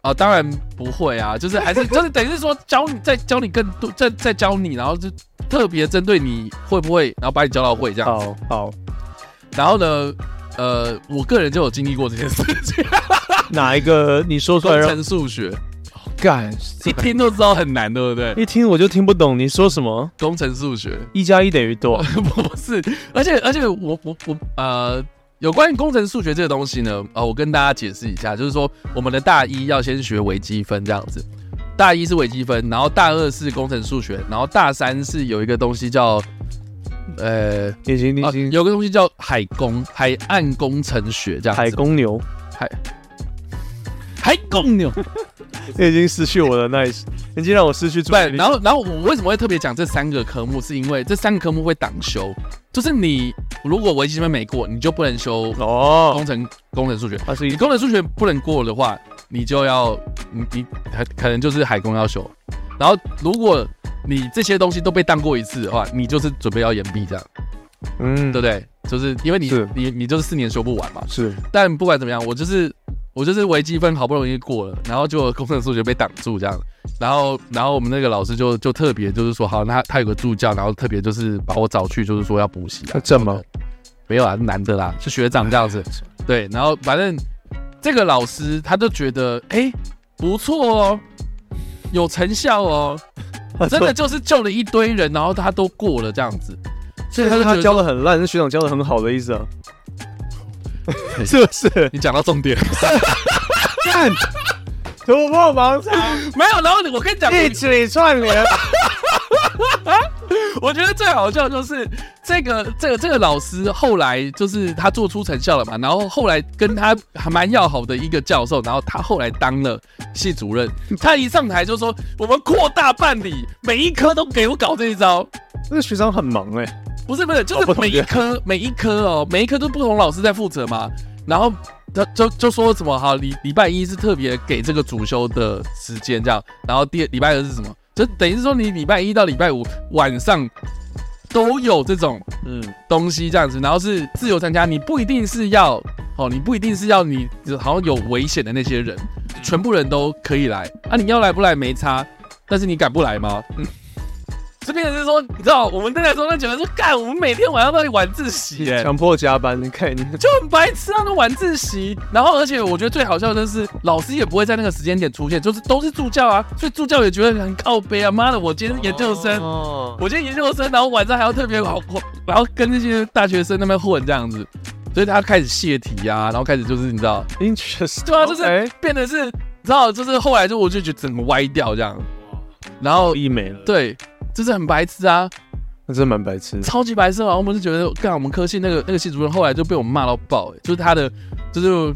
[SPEAKER 3] 啊、当然不会啊，就是还是就是等于是说教你，再教你更多，再再教你，然后就特别针对你会不会，然后把你教到会这样。
[SPEAKER 4] 好好，
[SPEAKER 3] 然后呢，呃，我个人就有经历过这件事情，
[SPEAKER 4] 哪一个你说出来
[SPEAKER 3] 工
[SPEAKER 4] 让
[SPEAKER 3] 程数学
[SPEAKER 4] 干？
[SPEAKER 3] 一听就知道很难，对不对？
[SPEAKER 4] 一听我就听不懂你说什么，
[SPEAKER 3] 工程数学？
[SPEAKER 4] 一加一等于多
[SPEAKER 3] 不是，而且而且我我我呃。有关于工程数学这个东西呢，呃，我跟大家解释一下，就是说我们的大一要先学微积分这样子，大一是微积分，然后大二是工程数学，然后大三是有一个东西叫，呃，
[SPEAKER 4] 已经已
[SPEAKER 3] 啊、
[SPEAKER 4] 经
[SPEAKER 3] 有个东西叫海工海岸工程学这样子，
[SPEAKER 4] 海公牛，
[SPEAKER 3] 海工牛，
[SPEAKER 4] 你已经失去我的耐心，已经让我失去注
[SPEAKER 3] 不
[SPEAKER 4] 意力。
[SPEAKER 3] 然后然后我为什么会特别讲这三个科目，是因为这三个科目会挡修，就是你如果微积分没过，你就不能修
[SPEAKER 4] 哦，
[SPEAKER 3] 工程工程数学，
[SPEAKER 4] 它是
[SPEAKER 3] 你
[SPEAKER 4] 一
[SPEAKER 3] 工程数学不能过的话，你就要你你还可能就是海工要修，然后如果你这些东西都被当过一次的话，你就是准备要延毕这样，
[SPEAKER 4] 嗯
[SPEAKER 3] 对不对？就是因为你
[SPEAKER 4] 是
[SPEAKER 3] 你你就是四年修不完嘛。
[SPEAKER 4] 是
[SPEAKER 3] 但不管怎么样，我就是我就是微积分好不容易过了，然后就工程数学被挡住这样，然后然后我们那个老师就就特别就是说好，那他他有个助教，然后特别就是把我找去，就是说要补习啊
[SPEAKER 4] 那，正吗？
[SPEAKER 3] 没有啊，男的啦，是学长这样子，对，然后反正这个老师他就觉得哎、不错哦，有成效哦，真的就是救了一堆人，然后他都过了这样子，所以
[SPEAKER 4] 他
[SPEAKER 3] 他就
[SPEAKER 4] 说
[SPEAKER 3] 觉
[SPEAKER 4] 他
[SPEAKER 3] 得
[SPEAKER 4] 教
[SPEAKER 3] 说，
[SPEAKER 4] 的很烂，是学长教的很好的意思啊是不是？
[SPEAKER 3] 你讲到重点。
[SPEAKER 4] 干突破盲肠，
[SPEAKER 3] 没有，然后我跟你讲，
[SPEAKER 4] 一起串联。
[SPEAKER 3] 我觉得最好笑就是这个这个这个老师后来就是他做出成效了嘛，然后后来跟他还蛮要好的一个教授，然后他后来当了系主任，他一上台就说我们扩大办理，每一科都给我搞这一招。
[SPEAKER 4] 那个学长很忙哎、
[SPEAKER 3] 不是不是，就
[SPEAKER 4] 哦不
[SPEAKER 3] 是
[SPEAKER 4] 同
[SPEAKER 3] 每一
[SPEAKER 4] 学
[SPEAKER 3] 科每一科哦，每一科都不同老师在负责嘛。然后他就就说什么哈，礼礼拜一是特别给这个主修的时间这样，然后第礼拜二是什么？就等于是说你礼拜一到礼拜五晚上都有这种
[SPEAKER 4] 嗯，
[SPEAKER 3] 东西这样子，然后是自由参加，你不一定是要哦，你不一定是要你好像有危险的那些人，全部人都可以来啊，你要来不来没差，但是你敢不来吗？嗯就变成是说，你知道，我们那时候就觉得说，干，我们每天晚上都在晚自 习，哎，
[SPEAKER 4] 强迫加班的概念。
[SPEAKER 3] 就很白痴，那种晚自习。然后，而且我觉得最好笑的是，老师也不会在那个时间点出现，就是都是助教啊，所以助教也觉得很靠背啊。妈的，我今天研究生，
[SPEAKER 4] 哦，
[SPEAKER 3] 我今天研究生，然后晚上还要特别好，然后跟那些大学生那边混这样子，所以他开始泄题啊，然后开始就是你知道，
[SPEAKER 4] interest，
[SPEAKER 3] 对啊，就是
[SPEAKER 4] 哎，
[SPEAKER 3] 变得是，你知道，就是后来就我就觉得整个歪掉这样，然后
[SPEAKER 4] 意美了，，
[SPEAKER 3] 对，就是很白痴啊，
[SPEAKER 4] 那真的蛮白痴。
[SPEAKER 3] 超级白痴啊！我们是觉得，干我们科系那个那个系主任后来就被我们骂到爆、欸，就是他的，就是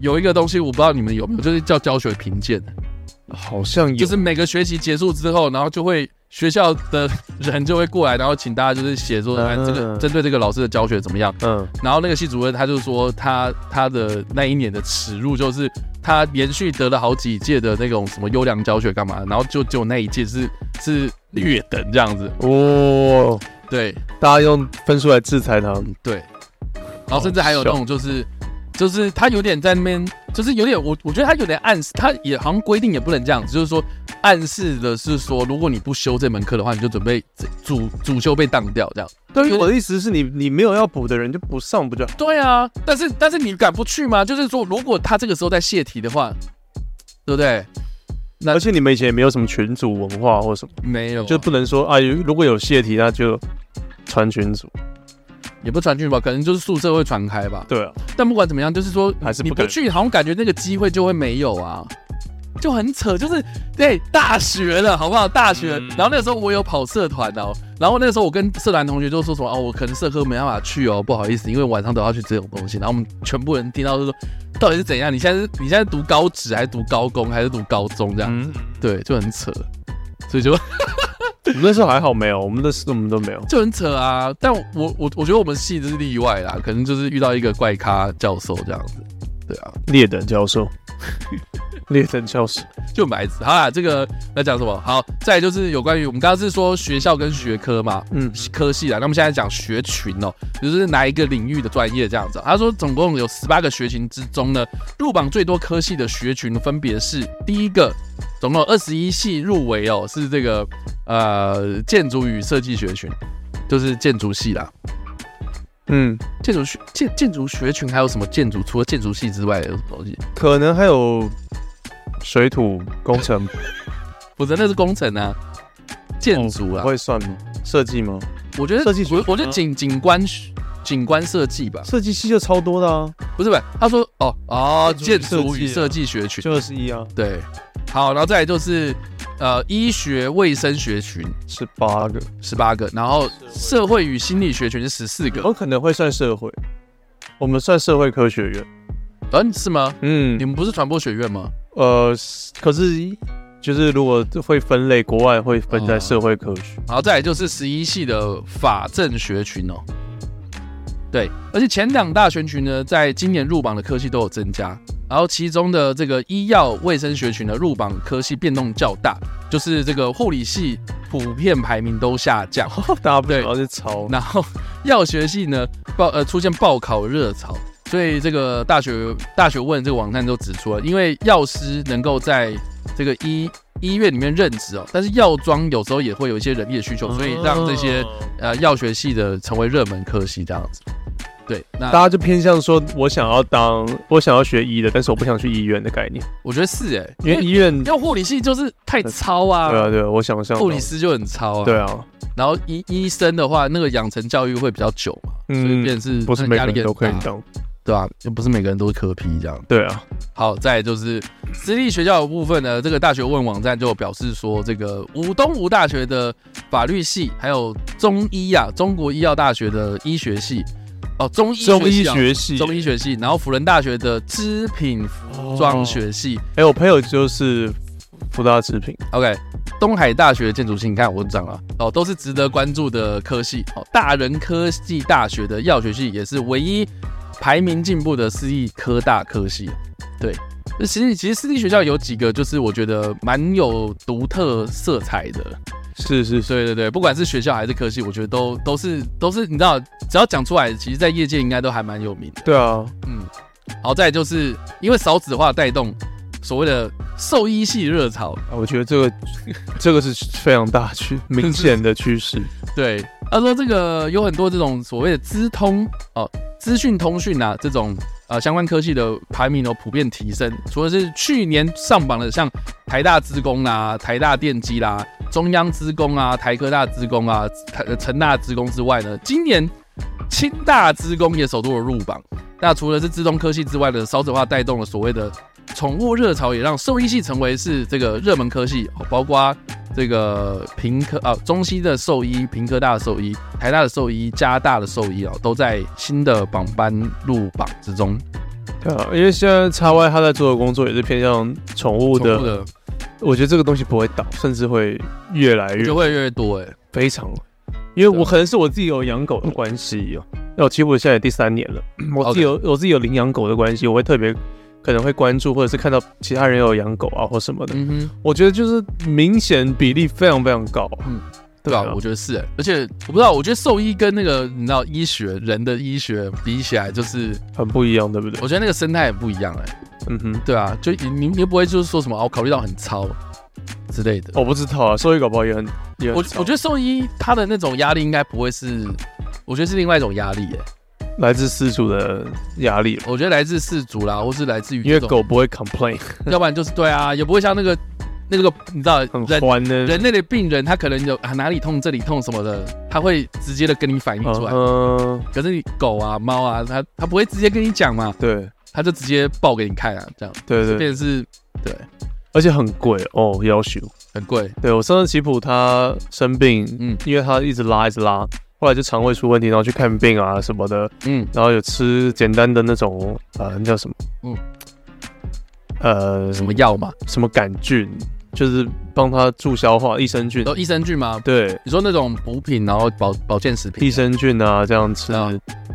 [SPEAKER 3] 有一个东西我不知道你们有没有，就是叫教学评鉴，
[SPEAKER 4] 好像有，
[SPEAKER 3] 就是每个学期结束之后，然后就会学校的人就会过来，然后请大家就是写说，
[SPEAKER 4] 嗯
[SPEAKER 3] 哎，这个针对这个老师的教学怎么样？
[SPEAKER 4] 嗯，
[SPEAKER 3] 然后那个系主任他就说他，他的那一年的耻辱就是他连续得了好几届的那种什么优良教学干嘛，然后就只有那一届是是略等这样子，
[SPEAKER 4] 哦，
[SPEAKER 3] 对，
[SPEAKER 4] 大家用分数来制裁他，
[SPEAKER 3] 嗯，对。然后甚至还有那种就是，就是他有点在那边，就是有点我我觉得他有点暗示，他也好像规定也不能这样子，就是说暗示的是说，如果你不修这门课的话，你就准备主主修被当掉这样。
[SPEAKER 4] 对于我的意思是你，你没有要补的人就不上不就好？
[SPEAKER 3] 对啊，但是但是你敢不去吗？就是说，如果他这个时候在泄题的话，对不对？
[SPEAKER 4] 而且你们以前也没有什么群组文化或什么，
[SPEAKER 3] 没有啊，
[SPEAKER 4] 就不能说啊，有如果有泄题那就传群组。
[SPEAKER 3] 也不传去吧，可能就是宿舍会传开吧。
[SPEAKER 4] 对啊，
[SPEAKER 3] 但不管怎么样，就是说
[SPEAKER 4] 还是
[SPEAKER 3] 你
[SPEAKER 4] 不
[SPEAKER 3] 不
[SPEAKER 4] 敢
[SPEAKER 3] 去，好像感觉那个机会就会没有啊，就很扯。就是对大学了，好不好？大学，
[SPEAKER 4] 嗯
[SPEAKER 3] 然后那个时候我有跑社团哦，然后那个时候我跟社团同学就说什么哦，我可能社科没办法去哦，不好意思，因为晚上都要去这种东西。然后我们全部人听到就说，到底是怎样？你现在是你现在读高职还是读高工还是读高中这样？
[SPEAKER 4] 嗯，
[SPEAKER 3] 对，就很扯，所以就 。
[SPEAKER 4] 我们那时候还好没有，我们的我们都没有
[SPEAKER 3] 就很扯啊。但我我我觉得我们系就是例外啦，可能就是遇到一个怪咖教授这样子，对啊。
[SPEAKER 4] 劣等教 授，劣等教授，
[SPEAKER 3] 就很白痴。好啦，这个要讲什么？好，再来就是有关于我们刚刚是说学校跟学科嘛，
[SPEAKER 4] 嗯，
[SPEAKER 3] 科系啦。那我们现在讲学群哦、就是哪一个领域的专业这样子。啊他说总共有十八个学群之中呢，入榜最多科系的学群分别是第一个，总共二十一系入围哦、是这个呃建筑与设计学群，就是建筑系啦。
[SPEAKER 4] 嗯，
[SPEAKER 3] 建筑学建建筑学群还有什么建筑？除了建筑系之外有什么东西？
[SPEAKER 4] 可能还有水土工 程
[SPEAKER 3] 否则那是工程啊，建筑啊
[SPEAKER 4] 不。会算吗？设计吗？
[SPEAKER 3] 我觉得
[SPEAKER 4] 设计学啊
[SPEAKER 3] 我我觉得景景观学景观设计吧，
[SPEAKER 4] 设计系就超多的啊，
[SPEAKER 3] 不是不是，他说哦哦，建
[SPEAKER 4] 建筑
[SPEAKER 3] 筑与
[SPEAKER 4] 设计
[SPEAKER 3] 设计
[SPEAKER 4] 啊
[SPEAKER 3] 学群，
[SPEAKER 4] 就二十一啊，
[SPEAKER 3] 对，好，然后再来就是呃医学卫生学群
[SPEAKER 4] 十八个，
[SPEAKER 3] 十八个，然后社会与心理学群是十四个，
[SPEAKER 4] 有可能会算社会，我们算社会科学院，
[SPEAKER 3] 嗯是吗？
[SPEAKER 4] 嗯
[SPEAKER 3] 你，们不是传播学院吗？
[SPEAKER 4] 呃，是可是就是如果会分类，国外会分在社会科学，
[SPEAKER 3] 然后再来就是十一系的法政学群哦，对，而且前两大学群呢，在今年入榜的科系都有增加，然后其中的这个医药卫生学群的入榜科系变动较大，就是这个护理系普遍排名都下降，
[SPEAKER 4] 大家不
[SPEAKER 3] 对
[SPEAKER 4] 要去 抄。
[SPEAKER 3] 然后药学系呢报呃出现报考热潮，所以这个大学大学问这个网站都指出了，因为药师能够在这个医医院里面任职哦，但是药妆有时候也会有一些人力的需
[SPEAKER 4] 哦
[SPEAKER 3] 求，所以让这些呃药学系的成为热门科系这样子。对，
[SPEAKER 4] 大
[SPEAKER 3] 那
[SPEAKER 4] 家就偏向说，我想要当，我想要学医的，但是我不想去医院的概念，
[SPEAKER 3] 我觉得是哎、
[SPEAKER 4] 因为医院，对
[SPEAKER 3] 要护理系就是太糙啊
[SPEAKER 4] 啊，对啊，我想象到
[SPEAKER 3] 护理师就很糙啊。
[SPEAKER 4] 对，啊，
[SPEAKER 3] 然后医医生的话，那个养成教育会比较久嘛，所以
[SPEAKER 4] 嗯，
[SPEAKER 3] 变成是
[SPEAKER 4] 不是
[SPEAKER 3] 那
[SPEAKER 4] 每
[SPEAKER 3] 压
[SPEAKER 4] 个
[SPEAKER 3] 力也
[SPEAKER 4] 人都可以
[SPEAKER 3] 很大
[SPEAKER 4] 当，
[SPEAKER 3] 对啊，又不是每个人都是科批这样。
[SPEAKER 4] 对啊，
[SPEAKER 3] 好，再来就是私立学校的部分呢，这个大学问网站就有表示说，这个武东吴大学的法律系，还有中医啊，中国医药大学的医学系，哦，中医学
[SPEAKER 4] 中医
[SPEAKER 3] 系啊、
[SPEAKER 4] 学系，
[SPEAKER 3] 中医学系，然后辅仁大学的织品
[SPEAKER 4] 哦
[SPEAKER 3] 服装学系、
[SPEAKER 4] 哎，我朋友就是福大制品，
[SPEAKER 3] o k 东海大学建筑系，你看我讲了，哦，都是值得关注的科系，哦，大人科技大学的药学系也是唯一排名进步的私立科大科系，对。那其实其实私立学校有几个，就是我觉得蛮有独特色彩的。
[SPEAKER 4] 是是是，
[SPEAKER 3] 对对对，不管是学校还是科系，我觉得都都是都是你知道，只要讲出来，其实在业界应该都还蛮有名的。
[SPEAKER 4] 对啊，
[SPEAKER 3] 嗯，好，再来就是因为少子化带动所谓的兽医系热潮。
[SPEAKER 4] 啊我觉得这个这个是非常大趋明显的 趋势。
[SPEAKER 3] 对，他说这个有很多这种所谓的资通哦，资讯通讯啊这种呃相关科技的排名哦普遍提升，除了是去年上榜的像台大资工啦、台大电机啦、中央资工啊、台科大资工啊、台呃成大资工之外呢，今年清大资工也首度的入榜。那除了是资通科技之外的少子化带动了所谓的宠物热潮，也让兽医系成为是这个热门科系，哦包括这个平科啊，中西的兽医、平科大的兽医、台大的兽医、加大的兽医啊，都在新的榜单入榜之中。
[SPEAKER 4] 对啊，因为现在叉 Y 他在做的工作也是偏向宠物的，
[SPEAKER 3] 宠物的
[SPEAKER 4] 我觉得这个东西不会倒，甚至会越来越
[SPEAKER 3] 就会越来越多哎、
[SPEAKER 4] 非常，因为我
[SPEAKER 3] 对啊
[SPEAKER 4] 可能是我自己有养狗的关系哦。那我其实我现在也第三年了，我自
[SPEAKER 3] 哦
[SPEAKER 4] 己有我自己有领养狗的关系，我会特别可能会关注，或者是看到其他人有养狗啊或什么的，
[SPEAKER 3] 嗯哼，
[SPEAKER 4] 我觉得就是明显比例非常非常高。
[SPEAKER 3] 嗯
[SPEAKER 4] 嗯，
[SPEAKER 3] 对吧？我觉得是、欸，而且我不知道，我觉得兽医跟那个你知道医学人的医学比起来，就是
[SPEAKER 4] 很不一样，对不对？
[SPEAKER 3] 我觉得那个生态也不一样哎、
[SPEAKER 4] 嗯哼，
[SPEAKER 3] 对啊，就你你你不会就是说什么哦，考虑到很糙之类的。
[SPEAKER 4] 我不知道啊，兽医搞不好也很也很
[SPEAKER 3] 我
[SPEAKER 4] 少
[SPEAKER 3] 我觉得兽医他的那种压力应该不会是，我觉得是另外一种压力耶、欸
[SPEAKER 4] 来自饲主的压力了，
[SPEAKER 3] 我觉得来自饲主啦，或是来自于
[SPEAKER 4] 因为
[SPEAKER 3] 这种，
[SPEAKER 4] 狗不会 complain，
[SPEAKER 3] 要不然就是对啊，也不会像那个那个你知道
[SPEAKER 4] 很
[SPEAKER 3] 人
[SPEAKER 4] 欢呢。
[SPEAKER 3] 人类的病人，他可能有啊哪里痛这里痛什么的，他会直接的跟你反映
[SPEAKER 4] 嗯
[SPEAKER 3] 出来。
[SPEAKER 4] 哼，
[SPEAKER 3] 可是你狗啊猫啊，它它不会直接跟你讲嘛，
[SPEAKER 4] 对
[SPEAKER 3] 它就直接报给你看啊，这样
[SPEAKER 4] 对对，
[SPEAKER 3] 变成是对
[SPEAKER 4] 而且很贵哦，要求。
[SPEAKER 3] 很贵，
[SPEAKER 4] 对我上次吉普他生病，
[SPEAKER 3] 嗯
[SPEAKER 4] 嗯，因为他一直拉一直拉，后来就肠胃出问题，然后去看病啊什么的，
[SPEAKER 3] 嗯
[SPEAKER 4] 然后有吃简单的那种呃那叫什么，
[SPEAKER 3] 嗯
[SPEAKER 4] 嗯，呃
[SPEAKER 3] 什么药嘛，
[SPEAKER 4] 什么杆菌，就是帮他助消化益生菌
[SPEAKER 3] 然，后益生菌嘛，
[SPEAKER 4] 对，
[SPEAKER 3] 你说那种补品，然后保保健食
[SPEAKER 4] 益
[SPEAKER 3] 品
[SPEAKER 4] 生菌啊这样吃
[SPEAKER 3] 啊，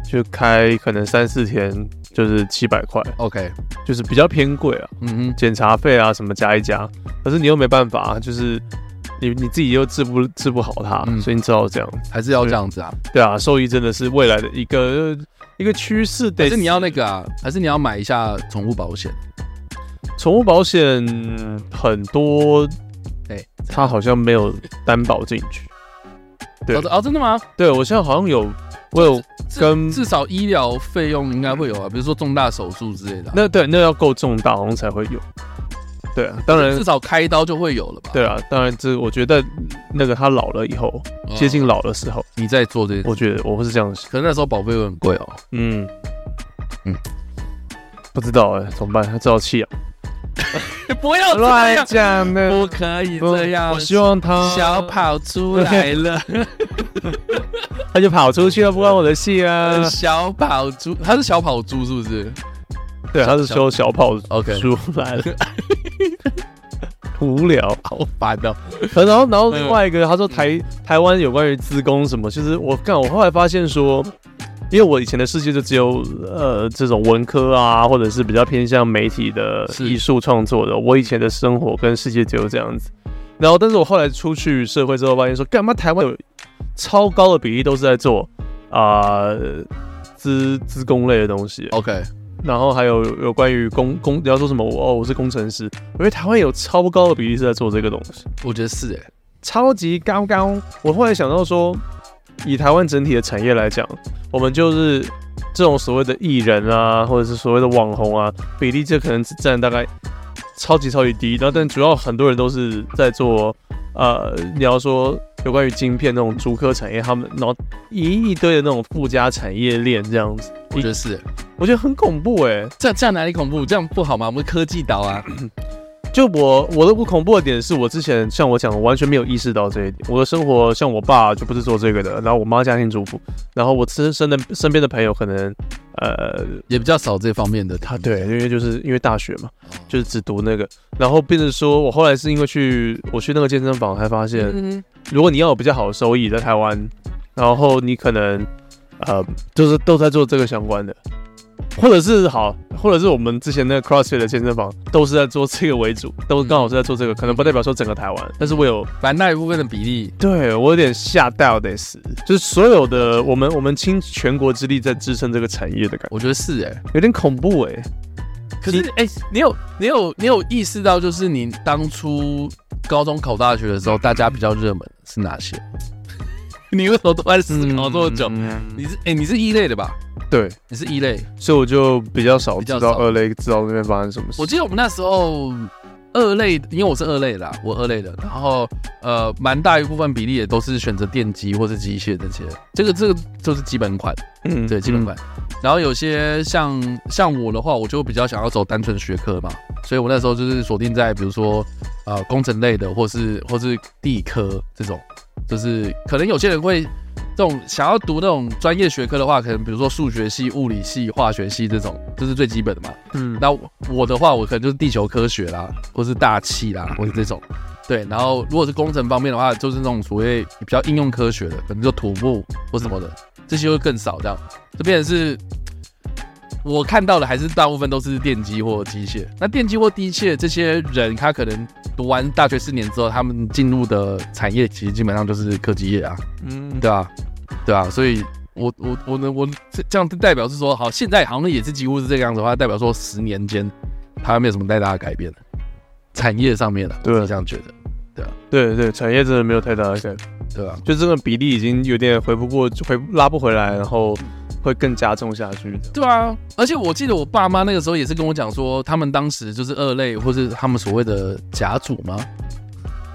[SPEAKER 4] 就开可能三四天就是七百块，
[SPEAKER 3] ，OK，
[SPEAKER 4] 就是比较偏贵啊，
[SPEAKER 3] 嗯
[SPEAKER 4] 检查费啊什么加一加，可是你又没办法啊，就是你你自己又治不治不好它，
[SPEAKER 3] 嗯
[SPEAKER 4] 所以你只好这样。
[SPEAKER 3] 哼，还是要这样子啊，
[SPEAKER 4] 对啊，兽医真的是未来的一个一个趋势，
[SPEAKER 3] 还
[SPEAKER 4] 得
[SPEAKER 3] 是你要那个啊，还是你要买一下宠物保险，
[SPEAKER 4] 宠物保险很多，
[SPEAKER 3] 哎
[SPEAKER 4] 它好像没有担保进去。对
[SPEAKER 3] 哦哦，真的吗？
[SPEAKER 4] 对我现在好像有，我有
[SPEAKER 3] 至
[SPEAKER 4] 跟
[SPEAKER 3] 至少医疗费用应该会有啊，比如说重大手术之类的啊、
[SPEAKER 4] 那对那要够重大，好像才会有。对啊，当然
[SPEAKER 3] 至少开刀就会有了吧？
[SPEAKER 4] 对啊，当然这我觉得那个他老了以后，
[SPEAKER 3] 嗯，
[SPEAKER 4] 接近老的时候，
[SPEAKER 3] 你在做这件事，
[SPEAKER 4] 我觉得我会是这样想。
[SPEAKER 3] 可是那时候保费会很贵哦。
[SPEAKER 4] 嗯
[SPEAKER 3] 嗯
[SPEAKER 4] 嗯，不知道哎、怎么办？他知道气啊，
[SPEAKER 3] 哎不要这
[SPEAKER 4] 乱
[SPEAKER 3] 样，
[SPEAKER 4] 讲的。
[SPEAKER 3] 不可以
[SPEAKER 4] 不
[SPEAKER 3] 这样。
[SPEAKER 4] 我希望他
[SPEAKER 3] 小跑出来 了，
[SPEAKER 4] 他就跑出去了，不关我的事啊。
[SPEAKER 3] 小跑猪，他是小跑猪是不是？
[SPEAKER 4] 对，他是说小跑
[SPEAKER 3] OK
[SPEAKER 4] 出来了，无聊。
[SPEAKER 3] 好烦哦。
[SPEAKER 4] 然后，然后另外一个，他说台台湾有关于资工什么，就是我看我后来发现说，因为我以前的世界就只有呃这种文科啊，或者是比较偏向媒体的
[SPEAKER 3] 是
[SPEAKER 4] 艺术创作的，我以前的生活跟世界只有这样子。然后，但是我后来出去社会之后，发现说，干嘛台湾有超高的比例都是在做啊、呃资资工类的东西。
[SPEAKER 3] OK，
[SPEAKER 4] 然后还有有关于工工，你要说什么？我哦，我是工程师。我觉得台湾有超高的比例是在做这个东西，
[SPEAKER 3] 我觉得是哎、
[SPEAKER 4] 超级高高。我后来想到说，以台湾整体的产业来讲，我们就是这种所谓的艺人啊，或者是所谓的网红啊，比例这可能只占大概超级超级低。然后，但主要很多人都是在做，呃，你要说有关于晶片那种竹科产业，他们然后一一堆的那种附加产业链这样子，
[SPEAKER 3] 我觉得是欸、
[SPEAKER 4] 我觉得很恐怖哎、
[SPEAKER 3] 这样这样哪里恐怖？这样不好吗？我们科技岛啊，
[SPEAKER 4] 就我我的不恐怖的点是我之前像我讲，我完全没有意识到这一点。我的生活像我爸就不是做这个的，然后我妈家庭主妇，然后我身身的身边的朋友可能呃，
[SPEAKER 3] 也比较少这方面的他
[SPEAKER 4] 他对，因为就是因为大学嘛，就是只读那个，然后变成说我后来是因为去我去那个健身房才发现，
[SPEAKER 3] 嗯
[SPEAKER 4] 如果你要有比较好的收益在台湾，然后你可能呃就是都在做这个相关的。或者是好，或者是我们之前那个 CrossFit 的健身房都是在做这个为主，都刚好是在做这个，可能不代表说整个台湾，但是我有
[SPEAKER 3] 反正那一部分的比例，
[SPEAKER 4] 对我有点吓到的是，就是所有的我们我们倾全国之力在支撑这个产业的感
[SPEAKER 3] 我觉得是哎、
[SPEAKER 4] 觉，有点恐怖哎、
[SPEAKER 3] 可是，哎、你有你有你有意识到，就是你当初高中考大学的时候，大家比较热门的是哪些？ 你为什么都在思考这么久？
[SPEAKER 4] 嗯
[SPEAKER 3] 你是哎、你是一类的吧？
[SPEAKER 4] 对，
[SPEAKER 3] 你是一类。
[SPEAKER 4] 所以我就比较少
[SPEAKER 3] 比
[SPEAKER 4] 知
[SPEAKER 3] 较
[SPEAKER 4] 道
[SPEAKER 3] 少
[SPEAKER 4] 二类知道那边发生什么事。
[SPEAKER 3] 我记得我们那时候二类，因为我是二类啦，我二类的，然后呃，蛮大一部分比例也都是选择电机或是机械这些，这个这个就是基本款，
[SPEAKER 4] 嗯
[SPEAKER 3] 对，基本款。然后有些像像我的话，我就比较想要走单纯学科嘛，所以我那时候就是锁定在比如说呃工程类的，或是或是地科这种，就是可能有些人会这种想要读那种专业学科的话，可能比如说数学系、物理系、化学系这种，这是最基本的嘛。
[SPEAKER 4] 嗯，
[SPEAKER 3] 那我的话，我可能就是地球科学啦，或是大气啦，或是这种。对，然后如果是工程方面的话，就是那种所谓比较应用科学的，可能就土木或什么的，这些会更少。这样，这变成是我看到的还是大部分都是电机或机械。那电机或机械这些人，他可能读完大学四年之后，他们进入的产业其实基本上就是科技业啊。
[SPEAKER 4] 嗯，
[SPEAKER 3] 对啊，对啊，所以我我我呢，我这这样代表是说，好，现在好像也是几乎是这个样子的话，代表说十年间它没有什么太大的改变，产业上面的，
[SPEAKER 4] 对
[SPEAKER 3] 我是这样觉得，
[SPEAKER 4] 对对，产业真的没有太大的改变，
[SPEAKER 3] 对吧、啊？
[SPEAKER 4] 就这个比例已经有点回不过，回拉不回来，然后会更加重下去的。
[SPEAKER 3] 对啊，而且我记得我爸妈那个时候也是跟我讲说，他们当时就是二类，或是他们所谓的甲组吗？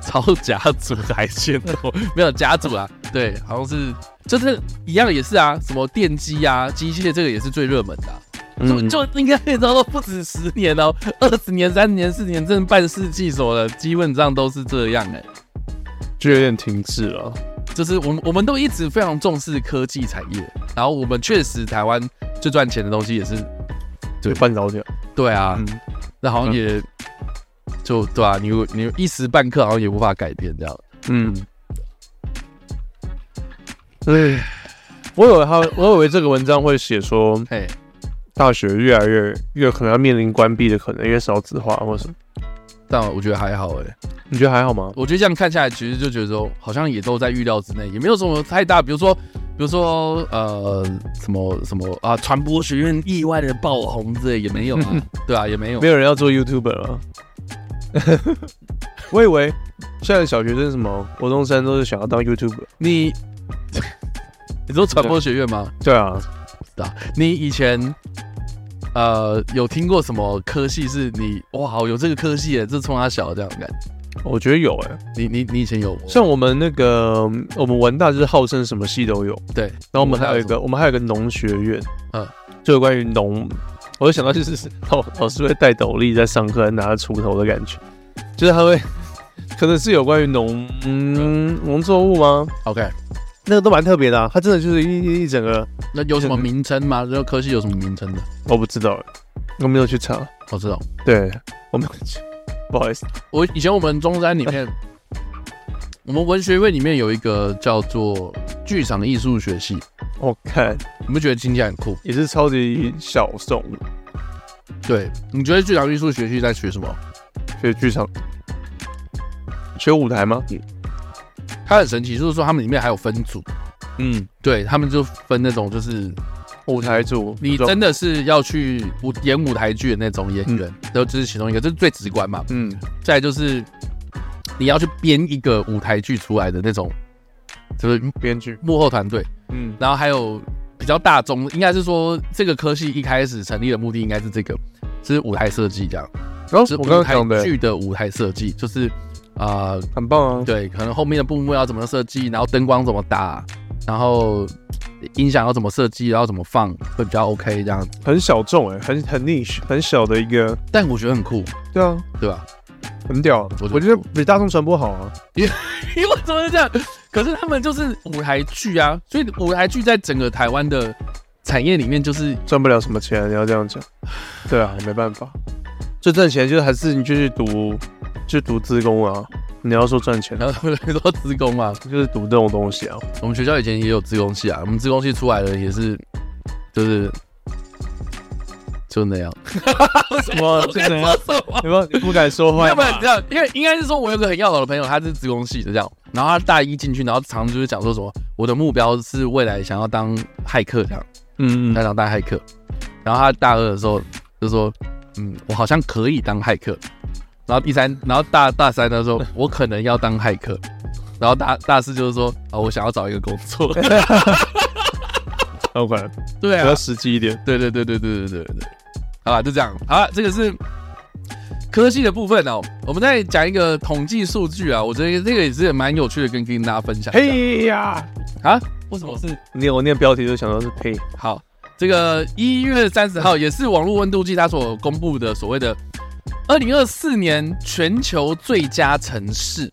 [SPEAKER 3] 超甲组海鲜哦，没有甲组 啦，对，好像是就是一样也是啊，什么电机啊、机械这个也是最热门的啊、就
[SPEAKER 4] 嗯
[SPEAKER 3] 就应该可以到不止十年哦，二十年、三十年、四年，甚至半世纪什么的，基本上都是这样哎、
[SPEAKER 4] 就有点停滞了。
[SPEAKER 3] 就是我们我们都一直非常重视科技产业，然后我们确实台湾最赚钱的东西也是，对
[SPEAKER 4] 就半导体了，
[SPEAKER 3] 对啊，
[SPEAKER 4] 嗯，
[SPEAKER 3] 那好像也、就对啊，你你一时半刻好像也无法改变这样。
[SPEAKER 4] 嗯，对，我以为他，我以为这个文章会写说
[SPEAKER 3] 嘿，
[SPEAKER 4] 大学越来越越可能要面临关闭的可能，因为少子化或什么。
[SPEAKER 3] 但我觉得还好哎、
[SPEAKER 4] 你觉得还好吗？
[SPEAKER 3] 我觉得这样看下来，其实就觉得说，好像也都在预料之内，也没有什么太大，比如说，比如说，呃，什么什么啊，传播学院意外的爆红之类也没有啊， 对啊，也没有
[SPEAKER 4] 没，有人要做 YouTuber 了。 我以为现在的小学生什么国中生都是想要当 YouTuber。
[SPEAKER 3] 你， 你说传播学院吗？
[SPEAKER 4] 对啊，
[SPEAKER 3] 你以前，呃，有听过什么科系是你哇，好有这个科系耶，这冲他小这样的感觉，
[SPEAKER 4] 我觉得有哎、
[SPEAKER 3] 你你你以前有
[SPEAKER 4] 像我们那个嗯我们文大就是号称什么系都有，
[SPEAKER 3] 对，
[SPEAKER 4] 然后我们还有一
[SPEAKER 3] 文大有什
[SPEAKER 4] 个我们还有一个农学院，
[SPEAKER 3] 嗯，
[SPEAKER 4] 就有关于农，我就想到就是老老师会戴斗笠在上课，拿着锄头的感觉，就是他会 可能是有关于农嗯农作物吗？
[SPEAKER 3] OK，
[SPEAKER 4] 那个都蛮特别的、啊，它真的就是一一一整个
[SPEAKER 3] 那有什么名称吗？这个科系有什么名称的？
[SPEAKER 4] 我不知道欸，我没有去查。
[SPEAKER 3] 我知道，
[SPEAKER 4] 对，我没有去，不好意思。
[SPEAKER 3] 我以前我们中山里面，我们文学院里面有一个叫做剧场艺术学系，
[SPEAKER 4] 我看
[SPEAKER 3] 你不觉得听起来很酷？
[SPEAKER 4] 也是超级小众，
[SPEAKER 3] 对，你觉得剧场艺术学系在学什么？
[SPEAKER 4] 学剧场，学舞台吗？
[SPEAKER 3] 它很神奇，就是说他们里面还有分组，
[SPEAKER 4] 嗯，
[SPEAKER 3] 对他们就分那种就是
[SPEAKER 4] 舞台组，
[SPEAKER 3] 你
[SPEAKER 4] 这种
[SPEAKER 3] 真的是要去舞演舞台剧的那种演员，然后这是其中一个，这是最直观嘛。
[SPEAKER 4] 嗯
[SPEAKER 3] 再来就是你要去编一个舞台剧出来的那种，就是
[SPEAKER 4] 编剧，
[SPEAKER 3] 幕后团队，
[SPEAKER 4] 嗯
[SPEAKER 3] 然后还有比较大众，应该是说这个科系一开始成立的目的应该是这个，是舞台设计这样，
[SPEAKER 4] 然
[SPEAKER 3] 是
[SPEAKER 4] 后我刚
[SPEAKER 3] 舞
[SPEAKER 4] 刚讲
[SPEAKER 3] 台
[SPEAKER 4] 的
[SPEAKER 3] 剧的舞台设计，就是啊、呃
[SPEAKER 4] 很棒啊，
[SPEAKER 3] 对，可能后面的布幕要怎么设计，然后灯光怎么打，然后音响要怎么设计，然后怎么放会比较 OK 这样子，
[SPEAKER 4] 很小众哎、很很 niche，很小的一个，
[SPEAKER 3] 但我觉得很酷，
[SPEAKER 4] 对啊，
[SPEAKER 3] 对吧？
[SPEAKER 4] 很屌，啊
[SPEAKER 3] 我
[SPEAKER 4] 我觉得比大众传播好啊，
[SPEAKER 3] 因为怎么会这样？可是他们就是舞台剧啊，所以舞台剧在整个台湾的产业里面就是
[SPEAKER 4] 赚不了什么钱，你要这样讲，对啊，没办法，最赚钱就是还是你就去读，就读资工啊，你要说赚钱，
[SPEAKER 3] 然后 他们说职工嘛，
[SPEAKER 4] 就是读这种东西啊，
[SPEAKER 3] 我们学校以前也有自工系啊，我们自工系出来的也是，就是就那样。
[SPEAKER 4] 什哎么这 个样？你不你不敢说
[SPEAKER 3] 要
[SPEAKER 4] 坏
[SPEAKER 3] 不然这样，因为应该是说，我有个很要好的朋友，他是自工系的这样，然后他大一进去，然后常常就是讲说什么，我的目标是未来想要当骇客这样，
[SPEAKER 4] 嗯
[SPEAKER 3] 他
[SPEAKER 4] 嗯，
[SPEAKER 3] 想当骇客，然后他大二的时候就说，嗯，我好像可以当骇客。然后第三，然后大大三他说，我可能要当骇客。然后大大四就是说，啊、我想要找一个工作。
[SPEAKER 4] OK，
[SPEAKER 3] 对
[SPEAKER 4] 比
[SPEAKER 3] 啊
[SPEAKER 4] 较，实际一点。
[SPEAKER 3] 对对对对对对对对。好吧，就这样。好啦，这个是科技的部分哦。我们再讲一个统计数据啊，我觉得这个也是蛮有趣的，跟跟大家分享一下。
[SPEAKER 4] 嘿呀，
[SPEAKER 3] 啊，为什么是
[SPEAKER 4] 念我念标题就想到是呸，
[SPEAKER 3] 好，这个一月三十号也是网络温度计它所公布的所谓的二零二四年全球最佳城市。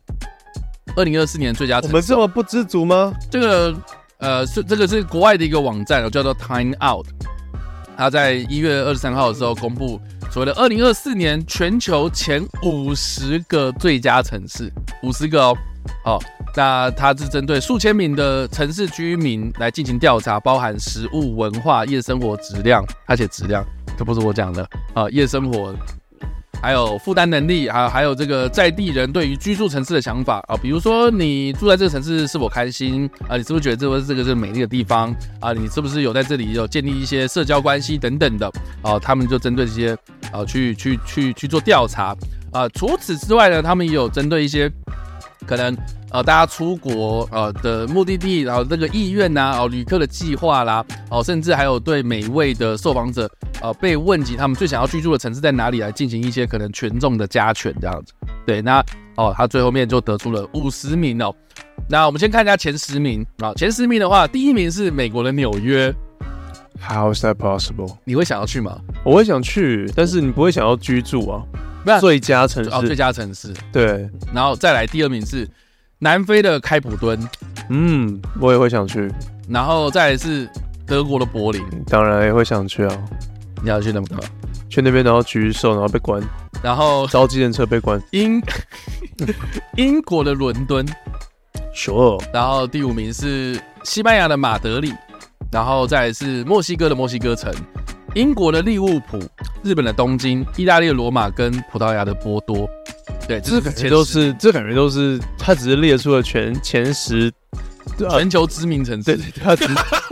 [SPEAKER 3] 二零二四年最佳
[SPEAKER 4] 我
[SPEAKER 3] 城
[SPEAKER 4] 们
[SPEAKER 3] 市，
[SPEAKER 4] 这么不知足吗？
[SPEAKER 3] 这个呃是这个是国外的一个网站哦，叫做 Time Out，它在一月二十三号的时候公布所谓的二零二四年全球前五十个最佳城市，五十个哦。哦，那它是针对数千名的城市居民来进行调查，包含食物、文化、夜生活质量，而且质量这不是我讲的啊、夜生活。还有负担能力，还有还有这个在地人对于居住城市的想法啊，比如说你住在这个城市是否开心啊，你是不是觉得这个这个是美丽的地方啊，你是不是有在这里有建立一些社交关系等等的啊，他们就针对这些啊去去去去做调查啊。除此之外呢，他们也有针对一些可能呃大家出国呃的目的地，然后这个意愿呐、哦、旅客的计划啦，哦、甚至还有对每位的受访者呃被问及他们最想要居住的城市在哪里，来进行一些可能权重的加权这样子。对，那哦他最后面就得出了五十名哦。那我们先看一下前十名啊、前十名的话，第一名是美国的纽约，
[SPEAKER 4] How is that possible？
[SPEAKER 3] 你会想要去吗？
[SPEAKER 4] 我会想去，但是你不会想要居住啊。
[SPEAKER 3] 不是
[SPEAKER 4] 最佳城
[SPEAKER 3] 哦，最
[SPEAKER 4] 市，
[SPEAKER 3] 佳城市，
[SPEAKER 4] 对，
[SPEAKER 3] 然后再来第二名是南非的开普敦，
[SPEAKER 4] 嗯，我也会想去，
[SPEAKER 3] 然后再来是德国的柏林，
[SPEAKER 4] 当然也会想去啊。
[SPEAKER 3] 你要去那么高？
[SPEAKER 4] 去那边然后举手，然后被关，
[SPEAKER 3] 然后
[SPEAKER 4] 招计程车被关。
[SPEAKER 3] 英 英国的伦敦，
[SPEAKER 4] Sure，
[SPEAKER 3] 然后第五名是西班牙的马德里，然后再来是墨西哥的墨西哥城，英国的利物浦，日本的东京，意大利的罗马跟葡萄牙的波多。对，这
[SPEAKER 4] 这
[SPEAKER 3] 是
[SPEAKER 4] 感
[SPEAKER 3] 前
[SPEAKER 4] 觉
[SPEAKER 3] 十
[SPEAKER 4] 都是，这感觉都是，他只是列出了全前十，呃，
[SPEAKER 3] 全球知名城
[SPEAKER 4] 对
[SPEAKER 3] 市。
[SPEAKER 4] 对，他只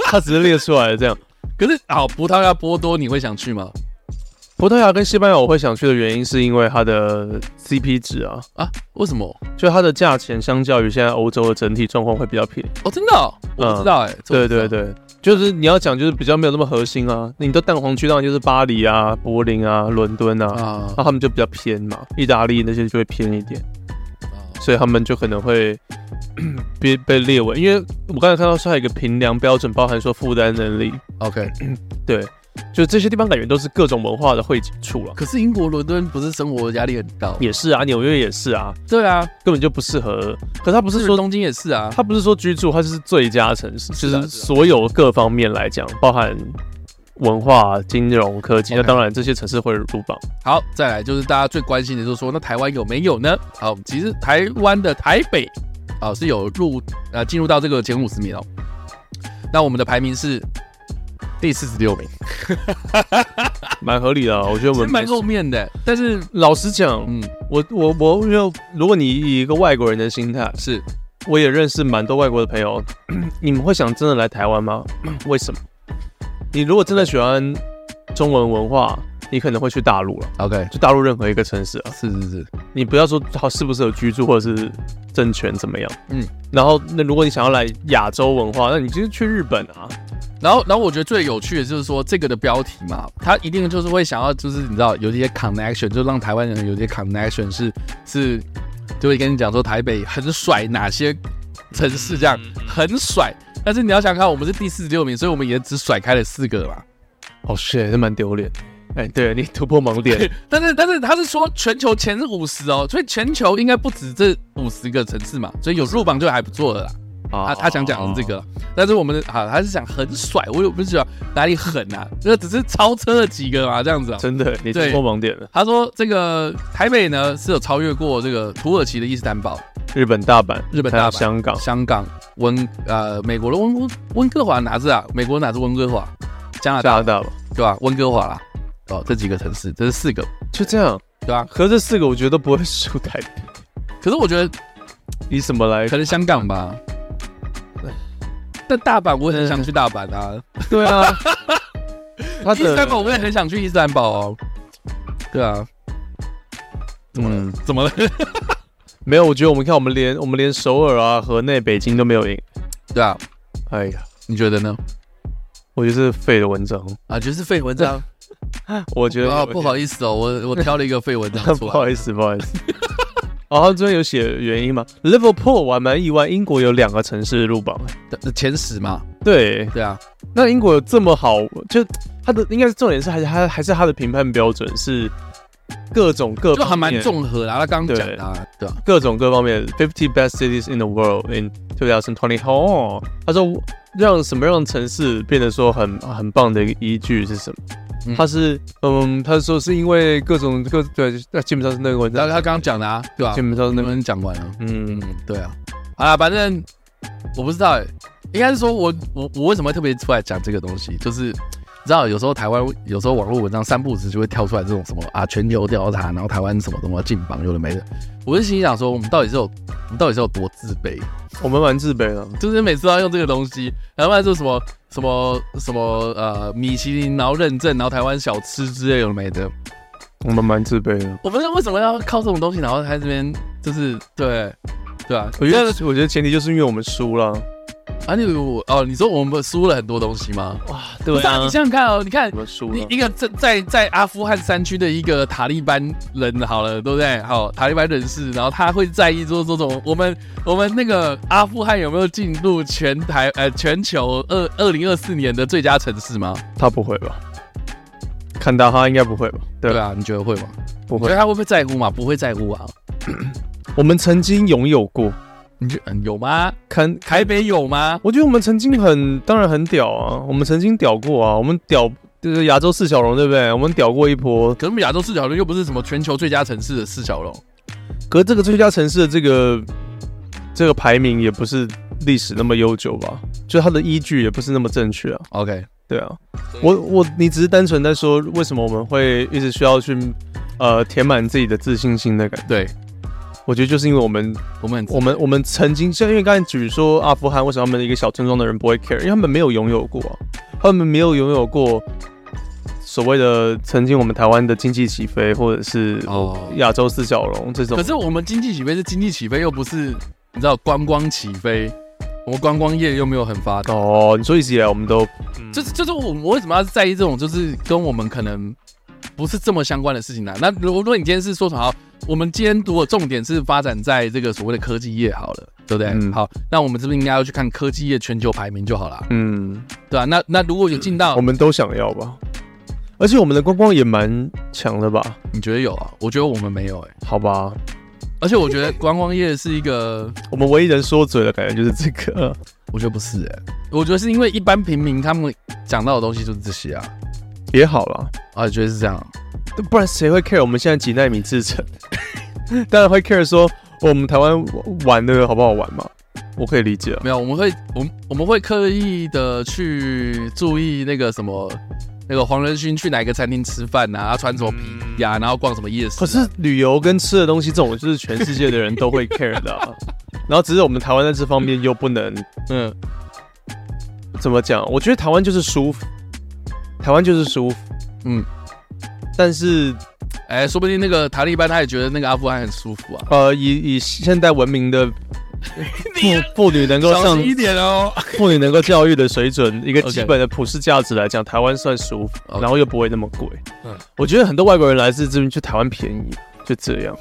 [SPEAKER 4] 他只是列出来了这样。
[SPEAKER 3] 可是好，葡萄牙波多你会想去吗？
[SPEAKER 4] 葡萄牙跟西班牙我会想去的原因，是因为它的 CP 值啊，
[SPEAKER 3] 啊，为什么？
[SPEAKER 4] 就它的价钱相较于现在欧洲的整体状况会比较便宜。
[SPEAKER 3] 哦，真的哦、我不知道哎、这我
[SPEAKER 4] 嗯对
[SPEAKER 3] 不知道
[SPEAKER 4] 对，对，就是你要讲，就是比较没有那么核心啊。你的蛋黄区当然就是巴黎啊、柏林啊、伦敦啊，
[SPEAKER 3] 啊
[SPEAKER 4] 那他们就比较偏嘛，意大利那些就会偏一点，
[SPEAKER 3] 啊
[SPEAKER 4] 所以他们就可能会 被被列为，因为我刚才看到是还有一个评量标准，包含说负担能力，
[SPEAKER 3] o k
[SPEAKER 4] 对，就这些地方感觉都是各种文化的汇集处了。
[SPEAKER 3] 可是英国伦敦不是生活压力很大？哦
[SPEAKER 4] 也是啊，纽约也是啊，
[SPEAKER 3] 对啊，
[SPEAKER 4] 根本就不适合。可是他不
[SPEAKER 3] 不
[SPEAKER 4] 是
[SPEAKER 3] 是
[SPEAKER 4] 说
[SPEAKER 3] 东京也是啊。
[SPEAKER 4] 他不是说居住，他是最佳城市，就是
[SPEAKER 3] 啊
[SPEAKER 4] 是所有各方面来讲，包含文化、金融、科技。那
[SPEAKER 3] OK
[SPEAKER 4] 当然，这些城市会入榜。
[SPEAKER 3] 好，再来就是大家最关心的，就是说那台湾有没有呢？好，其实台湾的台北啊是有入呃进入到这个前五十名哦。那我们的排名是第四十六名，
[SPEAKER 4] 蛮合理的啊、我觉得我
[SPEAKER 3] 其实
[SPEAKER 4] 们
[SPEAKER 3] 蛮后面的。但是，
[SPEAKER 4] 老实讲，
[SPEAKER 3] 嗯，
[SPEAKER 4] 我我我，因为如果你以一个外国人的心态，
[SPEAKER 3] 是
[SPEAKER 4] 我也认识蛮多外国的朋友， 你们会想真的来台湾吗？ 为什么？你如果真的喜欢中文文化，你可能会去大陆了，
[SPEAKER 3] OK，
[SPEAKER 4] 就大陆任何一个城市啊。
[SPEAKER 3] 是是是，
[SPEAKER 4] 你不要说好适不适合居住，或者是政权怎么样，
[SPEAKER 3] 嗯
[SPEAKER 4] 嗯。然后，那如果你想要来亚洲文化，那你就是去日本啊，
[SPEAKER 3] 然后，然后我觉得最有趣的就是说这个的标题嘛，他一定就是会想要，就是你知道有一些 connection，就让台湾人有一些 connection 是是，就会跟你讲说台北很甩哪些城市这样很甩，但是你要想看我们是第四十六名，所以我们也只甩开了四个嘛。
[SPEAKER 4] 哦、shit，这蛮丢脸。哎，对你突破盲点，
[SPEAKER 3] 但是但是他是说全球前五十哦，所以全球应该不止这五十个城市嘛，所以有入榜就还不错了啦。 他
[SPEAKER 4] 啊
[SPEAKER 3] 他想讲这，个，但是我们的啊，他是想很甩，我也不是讲哪里狠啊，这只是超车了几个嘛，这样子啊。
[SPEAKER 4] 真的你突
[SPEAKER 3] 对
[SPEAKER 4] 破盲点了。
[SPEAKER 3] 他说这个台北呢是有超越过这个土耳其的伊斯坦堡、
[SPEAKER 4] 日本大阪，
[SPEAKER 3] 日本
[SPEAKER 4] 还有
[SPEAKER 3] 大阪
[SPEAKER 4] 香港，
[SPEAKER 3] 香港、温呃美国的温温温哥华哪是啊？美国哪是温哥华？加拿
[SPEAKER 4] 加
[SPEAKER 3] 大
[SPEAKER 4] 拿大吧，
[SPEAKER 3] 对吧、温哥华啦，哦，这几个城市，这是四个
[SPEAKER 4] 就这样。
[SPEAKER 3] 对吧、
[SPEAKER 4] 可是这四个我觉得都不会输台北，
[SPEAKER 3] 可是我觉得
[SPEAKER 4] 以什么 来
[SPEAKER 3] 可？能香港吧。但大阪我也很想去大阪啊，
[SPEAKER 4] 对啊，他
[SPEAKER 3] 伊斯坦
[SPEAKER 4] 的
[SPEAKER 3] 堡我也很想去伊斯坦堡哦。对啊，嗯，怎么了？
[SPEAKER 4] 没有，我觉得我们看我们连我们连首尔啊、河内、北京都没有赢。
[SPEAKER 3] 对啊，
[SPEAKER 4] 哎呀，
[SPEAKER 3] 你觉得呢？
[SPEAKER 4] 我觉得是废的文章，
[SPEAKER 3] 啊，就是废文章
[SPEAKER 4] 我觉得
[SPEAKER 3] 啊，不好意 思哦，我我挑了一个废 文章出
[SPEAKER 4] 不
[SPEAKER 3] 来。
[SPEAKER 4] 好意思，不好意思。 哦，他这边有写原因吗？Liverpool 我还蛮意外，英国有两个城市入榜。
[SPEAKER 3] 前十嘛，
[SPEAKER 4] 对，
[SPEAKER 3] 对啊，
[SPEAKER 4] 那英国有这么好，就它的应该是重点是还是它还是它的评判标准是各种各
[SPEAKER 3] 就还
[SPEAKER 4] 方面
[SPEAKER 3] 蛮综合啦。他刚刚讲的啊，对啊，
[SPEAKER 4] 各种各方面，fifty best cities in the world in 2020。哦，他说让什么让城市变得说很很棒的一个依据是什
[SPEAKER 3] 嗯
[SPEAKER 4] 么？他是嗯，他说是因为各种各对，那基本上是那个文
[SPEAKER 3] 然
[SPEAKER 4] 章
[SPEAKER 3] 后，他刚刚讲的啊，对吧
[SPEAKER 4] 基？本上是
[SPEAKER 3] 你
[SPEAKER 4] 那个
[SPEAKER 3] 们讲完了，
[SPEAKER 4] 嗯
[SPEAKER 3] 嗯，，对啊，啊，反正我不知道欸，应该是说我我我为什么会特别出来讲这个东西，就是你知道有时候台湾有时候网络文章三不五时就会跳出来这种什么啊全球调查，然后台湾什么什么进榜有的没的，我就心里想说我们到底是有我们到底是有多自卑，
[SPEAKER 4] 我们蛮自卑的。
[SPEAKER 3] 就是每次都要用这个东西，然后不然就什么什么什么呃米其林，然后认证，然后台湾小吃之类有的没的，
[SPEAKER 4] 我们蛮自卑的。
[SPEAKER 3] 我们为什么要靠这种东西，然后在这边就是对对啊，
[SPEAKER 4] 我觉得，我觉得前提就是因为我们输了。
[SPEAKER 3] 啊，你我哦，你说我们输了很多东西吗？
[SPEAKER 4] 哇，
[SPEAKER 3] 不
[SPEAKER 4] 对
[SPEAKER 3] 是啊，你想想看哦，你看
[SPEAKER 4] 我们输
[SPEAKER 3] 你
[SPEAKER 4] 了。
[SPEAKER 3] 一个在在在阿富汗山区的一个塔利班人，好了，对不对？好，塔利班人士，然后他会在意说这种我们我们那个阿富汗有没有进入全台呃全球二二零二四年的最佳城市吗？
[SPEAKER 4] 他不会吧？看到他应该不会吧？对
[SPEAKER 3] 对
[SPEAKER 4] 吧？
[SPEAKER 3] 啊，你觉得会吗？
[SPEAKER 4] 不
[SPEAKER 3] 你觉
[SPEAKER 4] 会
[SPEAKER 3] 得。他会不会在乎嘛？不会在乎啊。
[SPEAKER 4] 我们曾经拥有过，
[SPEAKER 3] 你觉嗯有吗？
[SPEAKER 4] 看
[SPEAKER 3] 台北有吗？
[SPEAKER 4] 我觉得我们曾经很，当然很屌啊，我们曾经屌过啊，我们屌就是亚洲四小龙，对不对？我们屌过一波。
[SPEAKER 3] 可是亚洲四小龙又不是什么全球最佳城市的四小龙，
[SPEAKER 4] 可是这个最佳城市的这个这个排名也不是历史那么悠久吧？就它的依据也不是那么正确啊。
[SPEAKER 3] OK，
[SPEAKER 4] 对啊，我我你只是单纯在说为什么我们会一直需要去呃填满自己的自信心的感觉。
[SPEAKER 3] 对
[SPEAKER 4] 我觉得就是因为我们
[SPEAKER 3] 我们很
[SPEAKER 4] 我们我们曾经像因为刚才举说阿富汗为什么他们一个小村庄的人不会 care，因为他们没有拥有过啊、他们没有拥有过所谓的曾经我们台湾的经济起飞，或者是
[SPEAKER 3] 哦
[SPEAKER 4] 亚洲四小龙这种
[SPEAKER 3] 可。是我们经济起飞是经济起飞，又不是你知道观光起飞，我们观光业又没有很发达，
[SPEAKER 4] 哦，你说一直以来我们都
[SPEAKER 3] 就是就是我们为什么要在意这种就是跟我们可能不是这么相关的事情呢、那如果如果你今天是说什么好，我们今天如果重点是发展在这个所谓的科技业好了，对不对？
[SPEAKER 4] 嗯
[SPEAKER 3] 好，那我们是不是应该要去看科技业全球排名就好了？
[SPEAKER 4] 嗯，
[SPEAKER 3] 对啊，那那如果有进到
[SPEAKER 4] 我，们都想要吧。而且我们的观光也蛮强的吧？
[SPEAKER 3] 你觉得有啊？我觉得我们没有哎、
[SPEAKER 4] 好吧，
[SPEAKER 3] 而且我觉得观光业是一个，
[SPEAKER 4] 我们唯一能说嘴的感觉就是这个。
[SPEAKER 3] 我觉得不是哎、我觉得是因为一般平民他们讲到的东西就是这些啊。
[SPEAKER 4] 也好啦，
[SPEAKER 3] 啊，觉得是这样。
[SPEAKER 4] 不然谁会 care 我们现在几纳米制程？ 当然会 care 说哦我们台湾玩的好不好玩嘛，我可以理解啊。
[SPEAKER 3] 没有，我们会，我们我们会刻意的去注意那个什么，那个黄仁勋去哪个餐厅吃饭啊，他穿什么皮衣啊，然后逛什么夜市啊、
[SPEAKER 4] 可是旅游跟吃的东西这种，就是全世界的人都会 care 的、啊， 然后只是我们台湾在这方面又不能
[SPEAKER 3] 嗯，
[SPEAKER 4] 怎么讲？我觉得台湾就是舒服，台湾就是舒服，
[SPEAKER 3] 嗯，
[SPEAKER 4] 但是
[SPEAKER 3] 哎、说不定那个塔利班他也觉得那个阿富汗很舒服啊。
[SPEAKER 4] 呃，以以现代文 明的妇妇女能够
[SPEAKER 3] 小
[SPEAKER 4] 上
[SPEAKER 3] 心一点哦。
[SPEAKER 4] 妇女能够教育的水准，一个
[SPEAKER 3] OK
[SPEAKER 4] 基本的普世价值来讲，台湾算舒服
[SPEAKER 3] OK
[SPEAKER 4] 然后又不会那么贵。
[SPEAKER 3] 嗯
[SPEAKER 4] 我觉得很多外国人来自这边，去台湾便宜，就这样，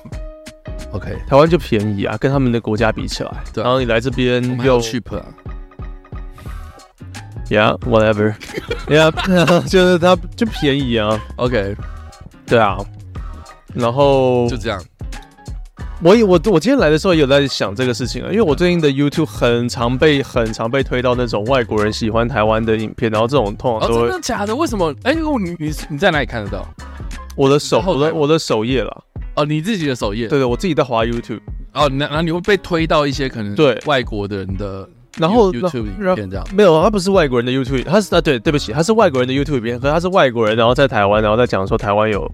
[SPEAKER 3] OK，
[SPEAKER 4] 台湾就便宜啊，跟他们的国家比起来。
[SPEAKER 3] 对啊
[SPEAKER 4] 然后你来这边
[SPEAKER 3] 我们还
[SPEAKER 4] 又
[SPEAKER 3] 有 cheap 啊。
[SPEAKER 4] ，Yeah whatever，Yeah，就是 它就便宜啊，
[SPEAKER 3] OK，
[SPEAKER 4] 对啊。然后
[SPEAKER 3] 就这样。
[SPEAKER 4] 我也我我今天来的时候也有在想这个事情啊，因为我最近的 YouTube 很常被很常被推到那种外国人喜欢台湾的影片，然后这种通
[SPEAKER 3] 哦，
[SPEAKER 4] 常都
[SPEAKER 3] 真
[SPEAKER 4] 会、
[SPEAKER 3] 的假的？为什么？哎、如果你你你在哪里看得到？
[SPEAKER 4] 我的手
[SPEAKER 3] 后
[SPEAKER 4] 我的
[SPEAKER 3] 台吗
[SPEAKER 4] 我的首页啦，
[SPEAKER 3] 哦，你自己的首页。
[SPEAKER 4] 对对，我自己在滑 YouTube。
[SPEAKER 3] 哦，那那你会被推到一些可能
[SPEAKER 4] 对
[SPEAKER 3] 外国的人的 You-
[SPEAKER 4] 然后然
[SPEAKER 3] YouTube 影
[SPEAKER 4] 然
[SPEAKER 3] 片这样。
[SPEAKER 4] 没有，他不是外国人的 YouTube，他是啊，对，对不起，他是外国人的 YouTube 影片，可是他是外国人，然后在台湾，然后再讲说台湾有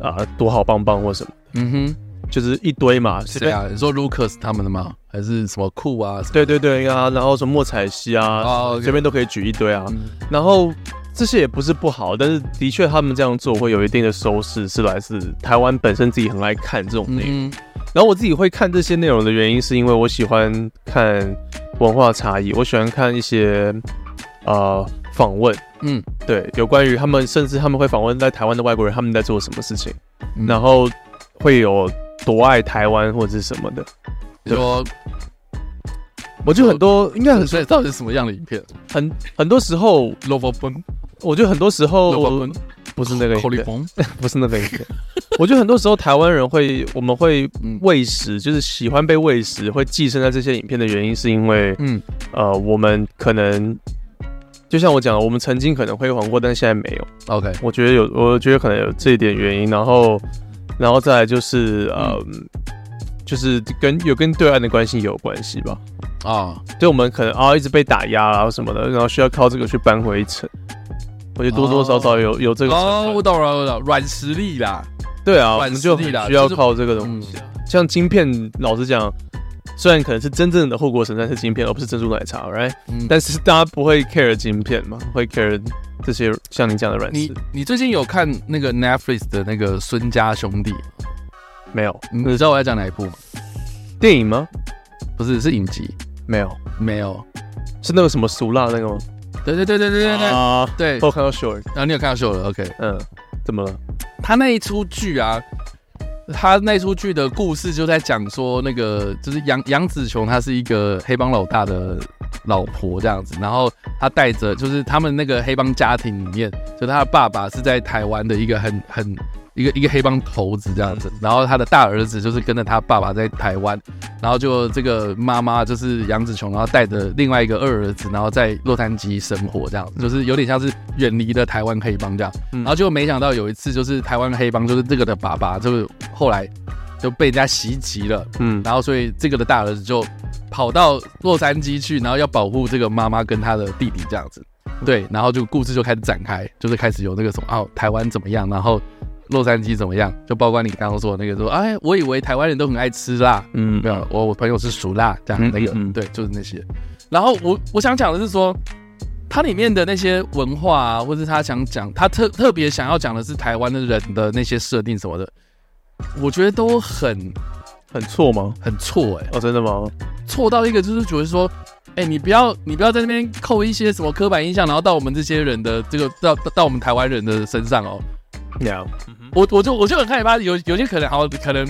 [SPEAKER 4] 啊、多好棒棒或什么，
[SPEAKER 3] 嗯哼。
[SPEAKER 4] 就是一堆嘛，
[SPEAKER 3] 谁啊？你说 Lucas 他们的吗？还是什么酷啊？什么
[SPEAKER 4] 随便？对对对啊，然后什么莫彩希啊，
[SPEAKER 3] 哦，OK
[SPEAKER 4] 随便都可以举一堆啊。
[SPEAKER 3] 嗯
[SPEAKER 4] 然后这些也不是不好，但是的确他们这样做会有一定的收视，是来自台湾本身自己很爱看这种内容。
[SPEAKER 3] 嗯
[SPEAKER 4] 然后我自己会看这些内容的原因，是因为我喜欢看文化差异，我喜欢看一些呃访问，
[SPEAKER 3] 嗯，
[SPEAKER 4] 对，有关于他们，甚至他们会访问在台湾的外国人，他们在做什么事情，
[SPEAKER 3] 嗯
[SPEAKER 4] 然后会有多爱台湾或者是什么的。对
[SPEAKER 3] 说
[SPEAKER 4] 我觉得很多，应该很
[SPEAKER 3] 所以到底是什么样的影片
[SPEAKER 4] 很很多时候，
[SPEAKER 3] ？Love b o n
[SPEAKER 4] 我觉得很多时候
[SPEAKER 3] Love b o n
[SPEAKER 4] 不是那个影
[SPEAKER 3] h o l y
[SPEAKER 4] 片
[SPEAKER 3] b o n
[SPEAKER 4] 不是那个影 片。我觉得很多时候台湾人会，我们会
[SPEAKER 3] 嗯
[SPEAKER 4] 喂食，就是喜欢被喂食，会寄生在这些影片的原因，是因为
[SPEAKER 3] 嗯
[SPEAKER 4] 呃，我们可能就像我讲的，我们曾经可能辉煌过，但是现在没有。
[SPEAKER 3] ，OK，
[SPEAKER 4] 我觉得有，我觉得可能有这一点原因。然后，然后再来就是
[SPEAKER 3] 嗯
[SPEAKER 4] 呃，就是跟有跟对岸的关系有关系吧。
[SPEAKER 3] 啊，
[SPEAKER 4] 就我们可能啊一直被打压啊什么的，然后需要靠这个去扳回一城。我觉得多多少少有、有这个成
[SPEAKER 3] 哦，
[SPEAKER 4] 分
[SPEAKER 3] 我懂了，我懂了，软实力啦，
[SPEAKER 4] 对啊，我
[SPEAKER 3] 软
[SPEAKER 4] 们就
[SPEAKER 3] 实力
[SPEAKER 4] 很
[SPEAKER 3] 啦
[SPEAKER 4] 需要
[SPEAKER 3] 就是
[SPEAKER 4] 靠这个东
[SPEAKER 3] 嗯
[SPEAKER 4] 西。啊像晶片，老实讲，虽然可能是真正的护国神山是晶片，而不是珍珠奶茶，right？
[SPEAKER 3] 嗯，
[SPEAKER 4] 但是大家不会 care 晶片嘛，会 care 这些像你讲的软
[SPEAKER 3] 你
[SPEAKER 4] 实
[SPEAKER 3] 你最近有看那个 Netflix 的那个《孙家兄弟》？
[SPEAKER 4] 没有？
[SPEAKER 3] 你知道我要讲哪一部吗？
[SPEAKER 4] 电影吗？
[SPEAKER 3] 嗯不是，是影集，
[SPEAKER 4] 没有，
[SPEAKER 3] 没有。
[SPEAKER 4] 是那个什么俗辣那个吗？
[SPEAKER 3] 对对对对对对对、
[SPEAKER 4] 啊，
[SPEAKER 3] 对。
[SPEAKER 4] 我看到 short，
[SPEAKER 3] 然后你有看到秀了，OK？
[SPEAKER 4] 嗯，怎么了？
[SPEAKER 3] 他那一出剧啊，他那一出剧的故事就在讲说，那个就是杨杨紫琼，她是一个黑帮老大的老婆这样子，然后她带着就是他们那个黑帮家庭里面，就她的爸爸是在台湾的一个很很一个一个黑帮头子这样子，然后他的大儿子就是跟着他爸爸在台湾，然后就这个妈妈就是杨紫琼，然后带着另外一个二儿子，然后在洛杉矶生活这样子，就是有点像是远离了台湾黑帮这样。
[SPEAKER 4] 嗯
[SPEAKER 3] 然后就没想到有一次，就是台湾黑帮，就是这个的爸爸，就是后来就被人家袭击了，
[SPEAKER 4] 嗯
[SPEAKER 3] 然后所以这个的大儿子就跑到洛杉矶去，然后要保护这个妈妈跟他的弟弟这样子。对，然后就故事就开始展开，就是开始有那个什么哦，台湾怎么样，然后洛杉矶怎么样，就包括你刚刚说的那个说，哎，我以为台湾人都很爱吃辣，
[SPEAKER 4] 嗯
[SPEAKER 3] 没有，我我朋友是熟辣这样
[SPEAKER 4] 嗯
[SPEAKER 3] 那个，
[SPEAKER 4] 嗯嗯
[SPEAKER 3] 对，就是那些。然后我我想讲的是说，它里面的那些文化啊，或是他想讲，他特特别想要讲的是台湾的人的那些设定什么的，我觉得都很
[SPEAKER 4] 很错吗？
[SPEAKER 3] 很错哎、
[SPEAKER 4] 哦，真的吗？
[SPEAKER 3] 错到一个就是觉得说，哎、你不要你不要在那边扣一些什么刻板印象，然后到我们这些人的这个到到到我们台湾人的身上哦，
[SPEAKER 4] 有，
[SPEAKER 3] 我我就我就很害怕，有有些可能好可能，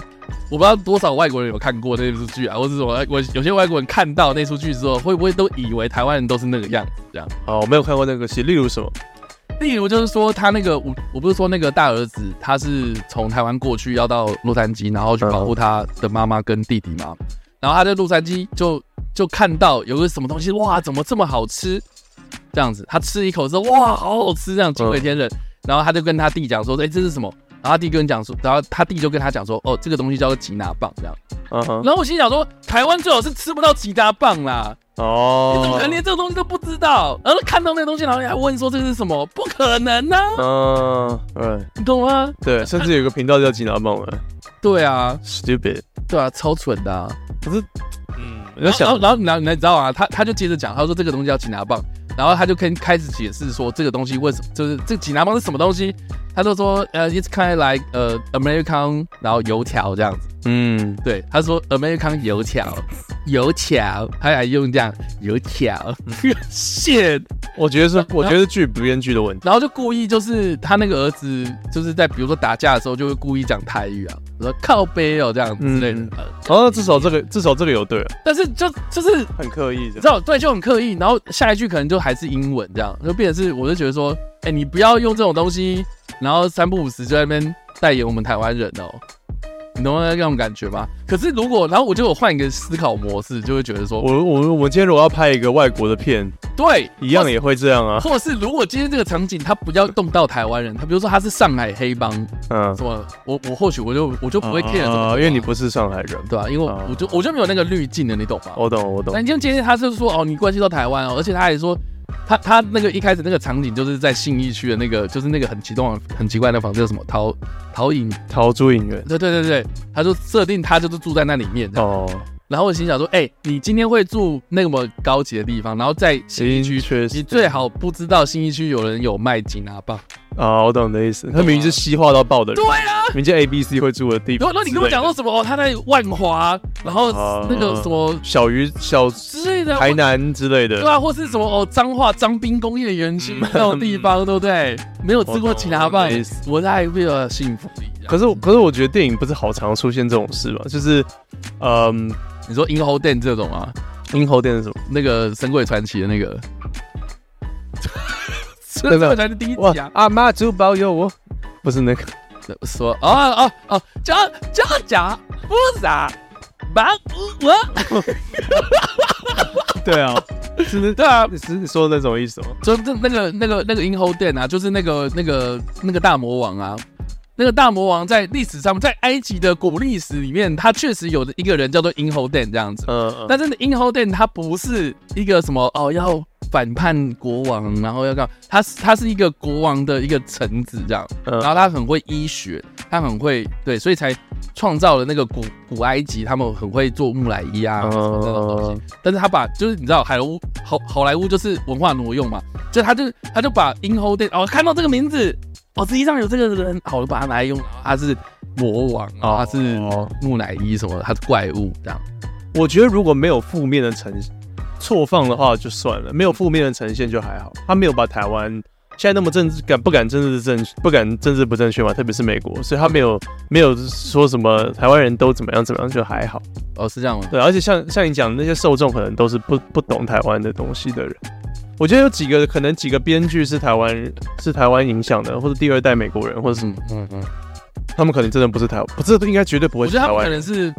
[SPEAKER 3] 我不知道多少外国人有看过那出剧啊，或者什么，我有些外国人看到那出剧之后，会不会都以为台湾人都是那个样子这样？
[SPEAKER 4] 哦，我没有看过那个戏，例如什么？
[SPEAKER 3] 例如就是说他那个我我不是说那个大儿子他是从台湾过去要到洛杉矶，然后去保护他的妈妈跟弟弟嘛，然后他在洛杉矶就就看到有个什么东西，哇，怎么这么好吃？这样子，他吃一口之后，哇，好好吃，这样惊为天人。然后他就跟他弟讲说，哎、这是什么？然后他弟跟讲说，然后他弟就跟他讲说，哦，这个东西叫做吉拿棒，这样。
[SPEAKER 4] 嗯哼，
[SPEAKER 3] 然后我心想说，台湾最好是吃不到吉拿棒啦，你怎么
[SPEAKER 4] 哦
[SPEAKER 3] 可能连这个东西都不知道？然后看到那个东西，然后你还问说这是什么？不可能啊呢、
[SPEAKER 4] 嗯，嗯，
[SPEAKER 3] 你懂吗？
[SPEAKER 4] 对，甚至有一个频道叫吉拿梦了
[SPEAKER 3] 对啊，
[SPEAKER 4] ，stupid，
[SPEAKER 3] 对啊，超蠢的、啊。
[SPEAKER 4] 可是，嗯，我
[SPEAKER 3] 然
[SPEAKER 4] 在
[SPEAKER 3] 后然
[SPEAKER 4] 想
[SPEAKER 3] 后，然后，然后你知道啊，他他就接着讲，他说这个东西叫吉拿棒，然后他就跟开始解释说这个东西为什么，就是这吉拿棒是什么东西，他就说呃、i t s kind of like 呃、American，然后油条这样子，
[SPEAKER 4] 嗯，
[SPEAKER 3] 对，他说 American 油条，油条，他还用这样油条，shit，
[SPEAKER 4] 我觉得是，我觉得是剧编剧的问题。
[SPEAKER 3] 然后就故意就是他那个儿子就是在比如说打架的时候就会故意讲台语啊，说靠背哦这样之类的，
[SPEAKER 4] 嗯
[SPEAKER 3] 呃
[SPEAKER 4] 哦，至少这个至少这个有对了，啊
[SPEAKER 3] 但是就就是
[SPEAKER 4] 很刻意
[SPEAKER 3] 你
[SPEAKER 4] 的
[SPEAKER 3] 知。道，对，就很刻意。然后下一句可能就还是英文，这样就变成是，我就觉得说，哎、你不要用这种东西，然后三不五时就在那边代言我们台湾人哦，你懂那种感觉吗？可是如果，然后我就有换一个思考模式，就会觉得说，哦
[SPEAKER 4] 我我我们今天如果要拍一个外国的片，
[SPEAKER 3] 对，
[SPEAKER 4] 一样也会这样啊。
[SPEAKER 3] 或者是如果今天这个场景他不要动到台湾人，他比如说他是上海黑帮
[SPEAKER 4] 嗯
[SPEAKER 3] 什，么，我我或许我就我就不会 care 什么，
[SPEAKER 4] 啊因为你不是上海人。
[SPEAKER 3] 对吧、因为
[SPEAKER 4] 啊
[SPEAKER 3] 我就我就没有那个滤镜了，你懂吗？
[SPEAKER 4] 我懂，我懂
[SPEAKER 3] 那。你就今天他就是说哦，你关系到台湾哦，而且他还说他他那个一开始那个场景就是在信义区的那个，就是那个很奇动很奇怪的房子叫什么陶陶影，
[SPEAKER 4] 逃出影院。
[SPEAKER 3] 对对对对，他就设定他就是住在那里面的。
[SPEAKER 4] 哦，
[SPEAKER 3] 然后我心想说，哎、你今天会住那么高级的地方，然后在新一区，
[SPEAKER 4] 确实
[SPEAKER 3] 你最好不知道新一区有人有卖吉拿棒。
[SPEAKER 4] 啊，我懂你的意思。他明明是西化到爆的人
[SPEAKER 3] 对，啊，
[SPEAKER 4] 明明就 A B C 会住的地
[SPEAKER 3] 然
[SPEAKER 4] 方
[SPEAKER 3] 后
[SPEAKER 4] 之类的。
[SPEAKER 3] 那你跟我讲说什么？哦，他在万华，然后
[SPEAKER 4] 啊
[SPEAKER 3] 那个什么
[SPEAKER 4] 小鱼小
[SPEAKER 3] 之类的，
[SPEAKER 4] 台南之类的，
[SPEAKER 3] 啊对啊，或是什么哦，彰化彰滨工业园区那种地方，对不对？没有吃过吉拿
[SPEAKER 4] 我
[SPEAKER 3] 棒
[SPEAKER 4] 懂我懂你的意思，
[SPEAKER 3] 我太为了幸福一样。
[SPEAKER 4] 可是我可是我觉得电影不是好常出现这种事吧？就是，嗯，
[SPEAKER 3] 你说银猴店这种啊，
[SPEAKER 4] 英猴店是什么？
[SPEAKER 3] 那个《神鬼传奇》的那 个，神
[SPEAKER 4] 真的
[SPEAKER 3] 鬼传奇第一集啊
[SPEAKER 4] 哇，，阿妈主保佑我，不是那个，
[SPEAKER 3] 说哦哦哦，假假假不傻，把我
[SPEAKER 4] 对啊， 是那
[SPEAKER 3] 对啊，
[SPEAKER 4] 你是你说的那种意思吗？
[SPEAKER 3] 就那那个那个那个银猴店啊，就是那个那个那个大魔王啊。那个大魔王在历史上，在埃及的古历史里面，他确实有的一个人叫做银猴店这样子。
[SPEAKER 4] 嗯，嗯
[SPEAKER 3] 但是英侯殿它不是一个什么哦要反叛国王，然后要干嘛，它是它是一个国王的一个臣子这样，
[SPEAKER 4] 嗯
[SPEAKER 3] 然后他很会医学，他很会对，所以才创造了那个古古埃及他们很会做木乃伊啊什么那种东西。
[SPEAKER 4] 嗯，
[SPEAKER 3] 但是他把就是你知道好莱坞好好莱坞就是文化挪用嘛，就他就他就把 In Hold 哦看到这个名字哦实际上有这个人，好我就把他拿来用，啊他是魔王，然后他是
[SPEAKER 4] 哦
[SPEAKER 3] 木乃伊什么的，他是怪物这样。
[SPEAKER 4] 我觉得如果没有负面的呈错放的话就算了，没有负面的呈现就还好。他没有把台湾现在那么政治敢不敢政治正不敢政治不正确嘛，特别是美国，所以他没有没有说什么台湾人都怎么样怎么样就还好。
[SPEAKER 3] 哦，是这样吗？
[SPEAKER 4] 对，而且像像你讲的那些受众，可能都是不不懂台湾的东西的人。我觉得有几个可能几个编剧是台湾人是台湾影响的，或者第二代美国人，或者什么，
[SPEAKER 3] 嗯嗯嗯，
[SPEAKER 4] 他们可能真的不是台，不是应该绝对不
[SPEAKER 3] 我
[SPEAKER 4] 会是
[SPEAKER 3] 觉得
[SPEAKER 4] 台
[SPEAKER 3] 他们
[SPEAKER 4] 湾
[SPEAKER 3] 可
[SPEAKER 4] 人，
[SPEAKER 3] 能是，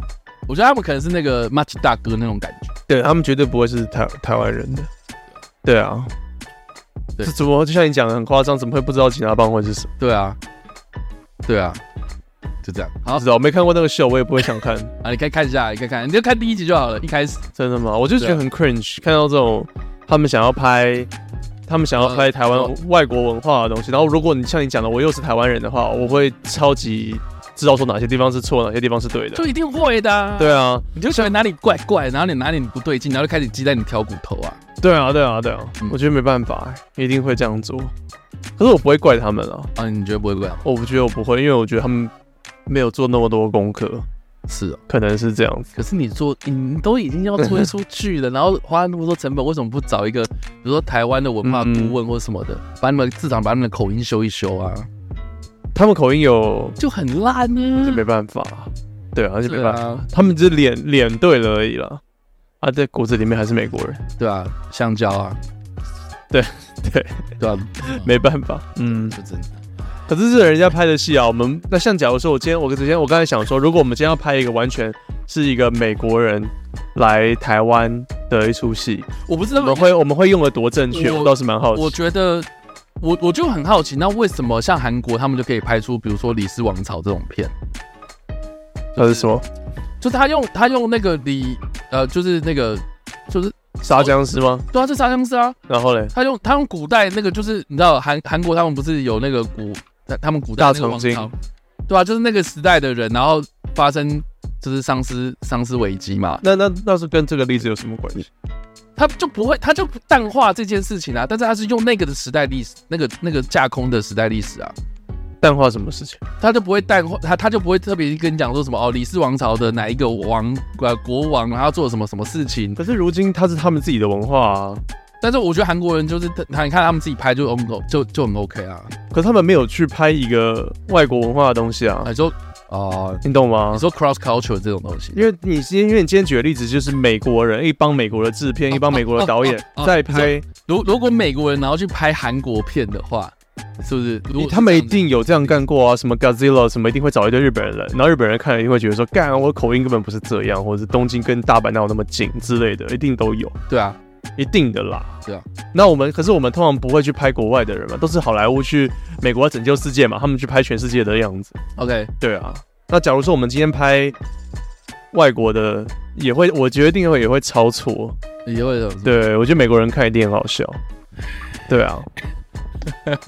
[SPEAKER 3] 我觉得他们可能是那个 m a c h 大哥那种感觉。
[SPEAKER 4] 对他们绝对不会是台台湾人的。对啊，
[SPEAKER 3] 对
[SPEAKER 4] 这怎么就像你讲的很夸张，怎么会不知道吉拿棒会是什么？
[SPEAKER 3] 对啊，对啊，就这样。好
[SPEAKER 4] 不知道，我没看过那个秀，我也不会 想看。
[SPEAKER 3] 啊，你可以看一下，你可以看，你就看第一集就好了。一开始，
[SPEAKER 4] 真的吗？我就觉
[SPEAKER 3] 对
[SPEAKER 4] 得
[SPEAKER 3] 啊
[SPEAKER 4] 很 cringe，看到这种他们想要拍，他们想要拍台
[SPEAKER 3] 嗯
[SPEAKER 4] 湾外国文化的东西。然后如果你像你讲的，我又是台湾人的话，我会超级知道说哪些地方是错，哪些地方是对的。
[SPEAKER 3] 就一定会的、啊。，
[SPEAKER 4] 对啊，
[SPEAKER 3] 你就觉得哪里怪怪，然后你哪里不对劲，然后就开始鸡蛋里挑骨头啊。
[SPEAKER 4] 对啊，对啊，对啊
[SPEAKER 3] 嗯，
[SPEAKER 4] 我觉得没办法，一定会这样做。可是我不会怪他们啊，
[SPEAKER 3] 啊，你觉得不会怪吗？
[SPEAKER 4] 我不觉得我不会，因为我觉得他们没有做那么多功课，
[SPEAKER 3] 是哦。
[SPEAKER 4] 可能是这样子。
[SPEAKER 3] 可是你做，你都已经要推出去了，然后花那么多成本，为什么不找一个，比如说台湾的文化顾问或什么的，把你们至少把你们的口音修一修啊？
[SPEAKER 4] 他们口音有，
[SPEAKER 3] 就很烂呢、
[SPEAKER 4] 就
[SPEAKER 3] 啊。
[SPEAKER 4] 没办法，对啊，就没
[SPEAKER 3] 对
[SPEAKER 4] 办法。
[SPEAKER 3] 啊，
[SPEAKER 4] 他们只是脸脸对了而已啦，啊，在骨子里面还是美国 人。
[SPEAKER 3] 对啊，香蕉啊，
[SPEAKER 4] 对对
[SPEAKER 3] 对啊，
[SPEAKER 4] 没办法，嗯，
[SPEAKER 3] 就真的
[SPEAKER 4] 可是这是人家拍的戏啊。我们那像假如说，我今天我之前我刚才想说，如果我们今天要拍一个完全是一个美国人来台湾的一出戏，
[SPEAKER 3] 我不知
[SPEAKER 4] 我
[SPEAKER 3] 道
[SPEAKER 4] 们会我们会用的多正确，
[SPEAKER 3] 我
[SPEAKER 4] 我倒是蛮好奇。
[SPEAKER 3] 我觉得我我就很好奇，那为什么像韩国他们就可以拍出，比如说《李氏王朝》这种片？
[SPEAKER 4] 他是说
[SPEAKER 3] 就是他用他用那个李呃，就是那个就是
[SPEAKER 4] 杀僵尸吗？
[SPEAKER 3] 对啊，这杀僵尸啊，
[SPEAKER 4] 然后嘞，
[SPEAKER 3] 他用他用古代那个，就是你知道韩韩国他们不是有那个古他他们古代那个王
[SPEAKER 4] 大
[SPEAKER 3] 朝
[SPEAKER 4] 长，
[SPEAKER 3] 对啊，就是那个时代的人，然后发生就是丧尸丧尸危机嘛，
[SPEAKER 4] 那那那是跟这个例子有什么关系？
[SPEAKER 3] 他就不会，他就不淡化这件事情啊。但是他是用那个的时代历史，那个那个架空的时代历史啊，
[SPEAKER 4] 淡化什么事情？
[SPEAKER 3] 他就不会淡化，他他就不会特别跟你讲说什么哦，李氏王朝的哪一个王呃国王，然后做什么什么事情。
[SPEAKER 4] 可是如今他是他们自己的文化啊，
[SPEAKER 3] 但是我觉得韩国人就是他，你看他们自己拍就 OK，就就很 OK 啊。
[SPEAKER 4] 可是他们没有去拍一个外国文化的东西啊，
[SPEAKER 3] 你说哦，
[SPEAKER 4] 你懂吗
[SPEAKER 3] 你？说 cross culture 这种东西，
[SPEAKER 4] 因为你今天，因为你今天举的例子就是美国人，一帮美国的 制片，一帮美国的导演
[SPEAKER 3] 哦哦哦
[SPEAKER 4] 在拍，
[SPEAKER 3] 如如果美国人然后去拍韩国片的话，是不是？如果
[SPEAKER 4] 他们
[SPEAKER 3] 是
[SPEAKER 4] 一
[SPEAKER 3] 这样子
[SPEAKER 4] 定有这样干过啊，什么 Godzilla 什么，一定会找一堆日本人来，然后日本人看了一定会觉得说，干，我口音根本不是这样，或者是东京跟大阪哪有那么近之类的，一定都有，
[SPEAKER 3] 对啊，
[SPEAKER 4] 一定的啦。
[SPEAKER 3] 对啊。
[SPEAKER 4] 那我们可是我们通常不会去拍国外的人嘛，都是好莱坞去美国要拯救世界嘛，他们去拍全世界的样子。
[SPEAKER 3] OK，
[SPEAKER 4] 对啊，那假如说我们今天拍外国的，也会，我决定会也会超错。
[SPEAKER 3] 也会有
[SPEAKER 4] 对，我觉得美国人看一定很好笑。对啊，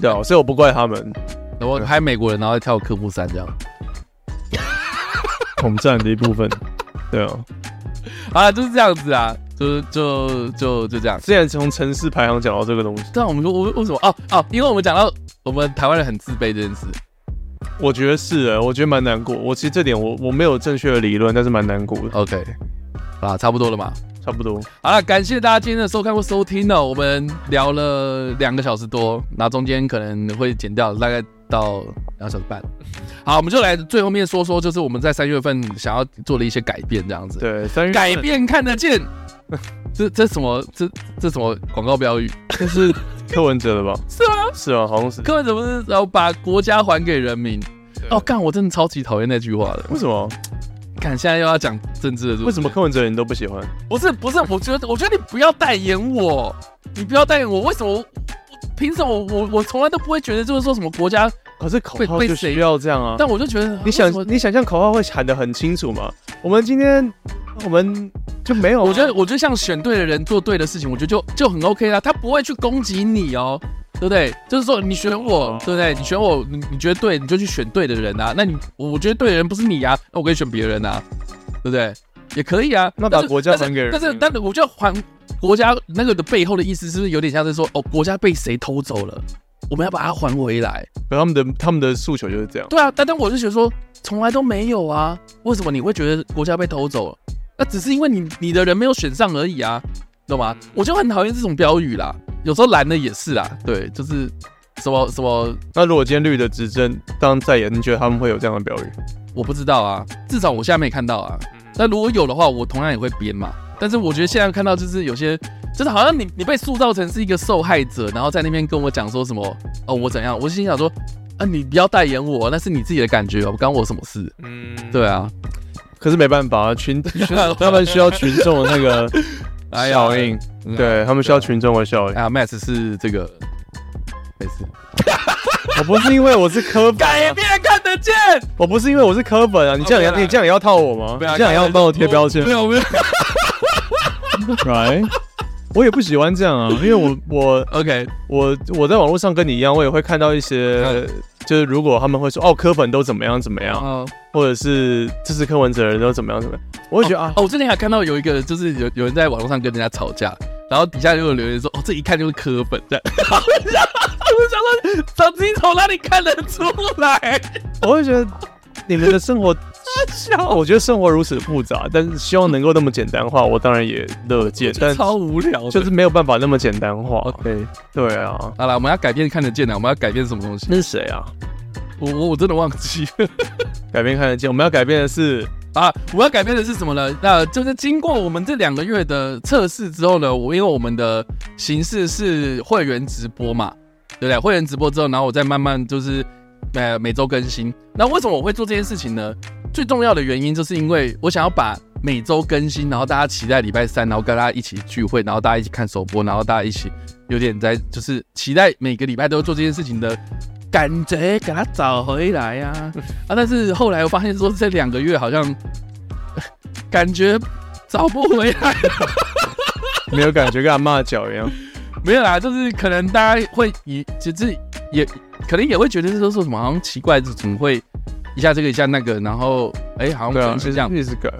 [SPEAKER 4] 对啊，所以我不怪他们
[SPEAKER 3] 然后拍美国人然后再跳科目三这样。
[SPEAKER 4] 统战的一部分。对啊，
[SPEAKER 3] 好了，就是这样子啊，就就就就这样。
[SPEAKER 4] 之前从城市排行讲到这个东西，
[SPEAKER 3] 但我们说为为什么？哦哦，因为我们讲到我们台湾人很自卑这件事，
[SPEAKER 4] 我觉得是、欸，我觉得蛮难过。我其实这点我我没有正确的理论，但是蛮难过的，
[SPEAKER 3] OK，啊，差不多了嘛。
[SPEAKER 4] 差不多。
[SPEAKER 3] 好了，感谢大家今天的收看或收听哦。我们聊了两个小时多，那中间可能会剪掉大概到两个小时半。好，我们就来最后面说说，就是我们在三月份想要做的一些改变，这样子。，
[SPEAKER 4] 对，三月份
[SPEAKER 3] 改变看得 见。这这什么？这这什么广告标语？
[SPEAKER 4] 这是柯文哲的吧？
[SPEAKER 3] 是吗？
[SPEAKER 4] 是啊，好像是。
[SPEAKER 3] 柯文哲不是要把国家还给人民？哦，干！我真的超级讨厌那句话的。
[SPEAKER 4] 为什么？
[SPEAKER 3] 看现在又要讲政治了是不是，
[SPEAKER 4] 为什么柯文哲你都不喜欢？
[SPEAKER 3] 不是不是，我觉得我觉得你不要代言我，你不要代言我，为什么我？我凭什么我我我从来都不会觉得就是说什么国家，
[SPEAKER 4] 可是口
[SPEAKER 3] 被
[SPEAKER 4] 号
[SPEAKER 3] 被
[SPEAKER 4] 就
[SPEAKER 3] 谁
[SPEAKER 4] 需要这样啊。
[SPEAKER 3] 但我就觉得
[SPEAKER 4] 你想
[SPEAKER 3] 为什么，
[SPEAKER 4] 你想象口号会喊得很清楚吗？我们今天我们就没有啊、
[SPEAKER 3] 我觉得我觉得像选对的人做对的事情，我觉得就就很 OK 啦，他不会去攻击你哦。对不对？就是说，你选我，
[SPEAKER 4] 哦
[SPEAKER 3] 对不对？你选我，你你觉得对，你就去选对的人啊。那你，我我觉得对的人不是你啊，那我可以选别人啊，对不对？也可以啊。
[SPEAKER 4] 那
[SPEAKER 3] 但
[SPEAKER 4] 把
[SPEAKER 3] 是
[SPEAKER 4] 国家还给人
[SPEAKER 3] 但是
[SPEAKER 4] 民，
[SPEAKER 3] 但是我觉得还国家那个的背后的意思，是不是有点像是说，哦，国家被谁偷走了，我们要把它还回来？
[SPEAKER 4] 可他们的他们的诉求就是这样。
[SPEAKER 3] 对啊，但但我是觉得说，从来都没有啊，为什么你会觉得国家被偷走了？那只是因为你你的人没有选上而已啊，懂吗？我就很讨厌这种标语啦，有时候蓝的也是啦，对，就是什么什么，
[SPEAKER 4] 那如果今天绿的执政当在野，你觉得他们会有这样的标语？
[SPEAKER 3] 我不知道啊，至少我现在没看到啊。那如果有的话，我同样也会编嘛。但是我觉得现在看到就是有些，就是好像你你被塑造成是一个受害者，然后在那边跟我讲说什么哦我怎样，我心想说啊你不要代言我，那是你自己的感觉哦，关我什么事？
[SPEAKER 4] 嗯，
[SPEAKER 3] 对啊，
[SPEAKER 4] 可是没办法，啊 群他们需要群众的那个
[SPEAKER 3] 哎呀
[SPEAKER 4] 效应，
[SPEAKER 3] 嗯
[SPEAKER 4] 对他们需要群众的效应。
[SPEAKER 3] 啊 Max 是这个没事，
[SPEAKER 4] 我不是因为我是科粉
[SPEAKER 3] 改
[SPEAKER 4] 啊，
[SPEAKER 3] 变看得见，
[SPEAKER 4] 我不是因为我是科粉啊，你这样
[SPEAKER 3] 哦
[SPEAKER 4] 也
[SPEAKER 3] 对啊
[SPEAKER 4] 你这样也要套我吗？
[SPEAKER 3] 不
[SPEAKER 4] 你这样也要帮我贴标 签
[SPEAKER 3] 没有没有
[SPEAKER 4] ，right？我也不喜欢这样啊，因为我我
[SPEAKER 3] ，OK，
[SPEAKER 4] 我我在网络上跟你一样，我也会看到一些，
[SPEAKER 3] 嗯
[SPEAKER 4] 就是如果他们会说哦，柯粉都怎么样怎么样，
[SPEAKER 3] 哦
[SPEAKER 4] 或者是支持柯文哲的人都怎么样怎么样，我会觉得啊，
[SPEAKER 3] 哦，我之前还看到有一个，就是有有人在网络上跟人家吵架，然后底下就有留言说，哦，这一看就是柯粉这样。 我想说，长子你从哪里看得出来？
[SPEAKER 4] 我会觉得你们 的生活，
[SPEAKER 3] 笑，
[SPEAKER 4] 我觉得生活如此复杂，但是希望能够那么简单化，我当然也乐见，但
[SPEAKER 3] 超无聊的。
[SPEAKER 4] 就
[SPEAKER 3] 就是是
[SPEAKER 4] 没有办法那么简单化。
[SPEAKER 3] OK，
[SPEAKER 4] 对啊，
[SPEAKER 3] 好了，我们要改变看得见的，啊我们要改变什么东西？
[SPEAKER 4] 那是谁啊？
[SPEAKER 3] 我我我真的忘记了。
[SPEAKER 4] 改变看得见，我们要改变的是，
[SPEAKER 3] 啊，我要改变的是什么呢？那就是经过我们这两个月的测试之后呢，我因为我们的形式是会员直播嘛，对不对？会员直播之后，然后我再慢慢就是呃每周更新。那为什么我会做这件事情呢？最重要的原因就是因为我想要把每周更新，然后大家期待礼拜三，然后跟大家一起聚会，然后大家一起看首播，然后大家一起有点在就是期待每个礼拜都做这件事情的感觉，给它找回来呀、啊。啊，但是后来我发现说这两个月好像感觉找不回来，
[SPEAKER 4] 没有感觉跟阿妈脚 一样，
[SPEAKER 3] 没有啦，就是可能大家会以就是也可能也会觉得是说说什么好像奇怪，怎么会一下这个一下那个，然后哎、好
[SPEAKER 4] 对
[SPEAKER 3] 像
[SPEAKER 4] 啊，
[SPEAKER 3] 不是这样，
[SPEAKER 4] 一直改。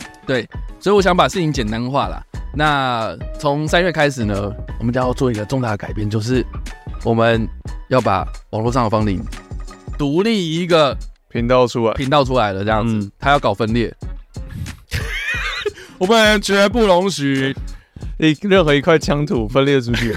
[SPEAKER 3] 所以我想把事情简单化啦。那从三月开始呢，我们就要做一个重大的改变，就是我们要把网络上的方龄独立一个
[SPEAKER 4] 频道出来，
[SPEAKER 3] 频道出来了，这样子，
[SPEAKER 4] 嗯
[SPEAKER 3] 他要搞分裂，我们绝不容许。
[SPEAKER 4] 一任何一块疆土分裂出 去，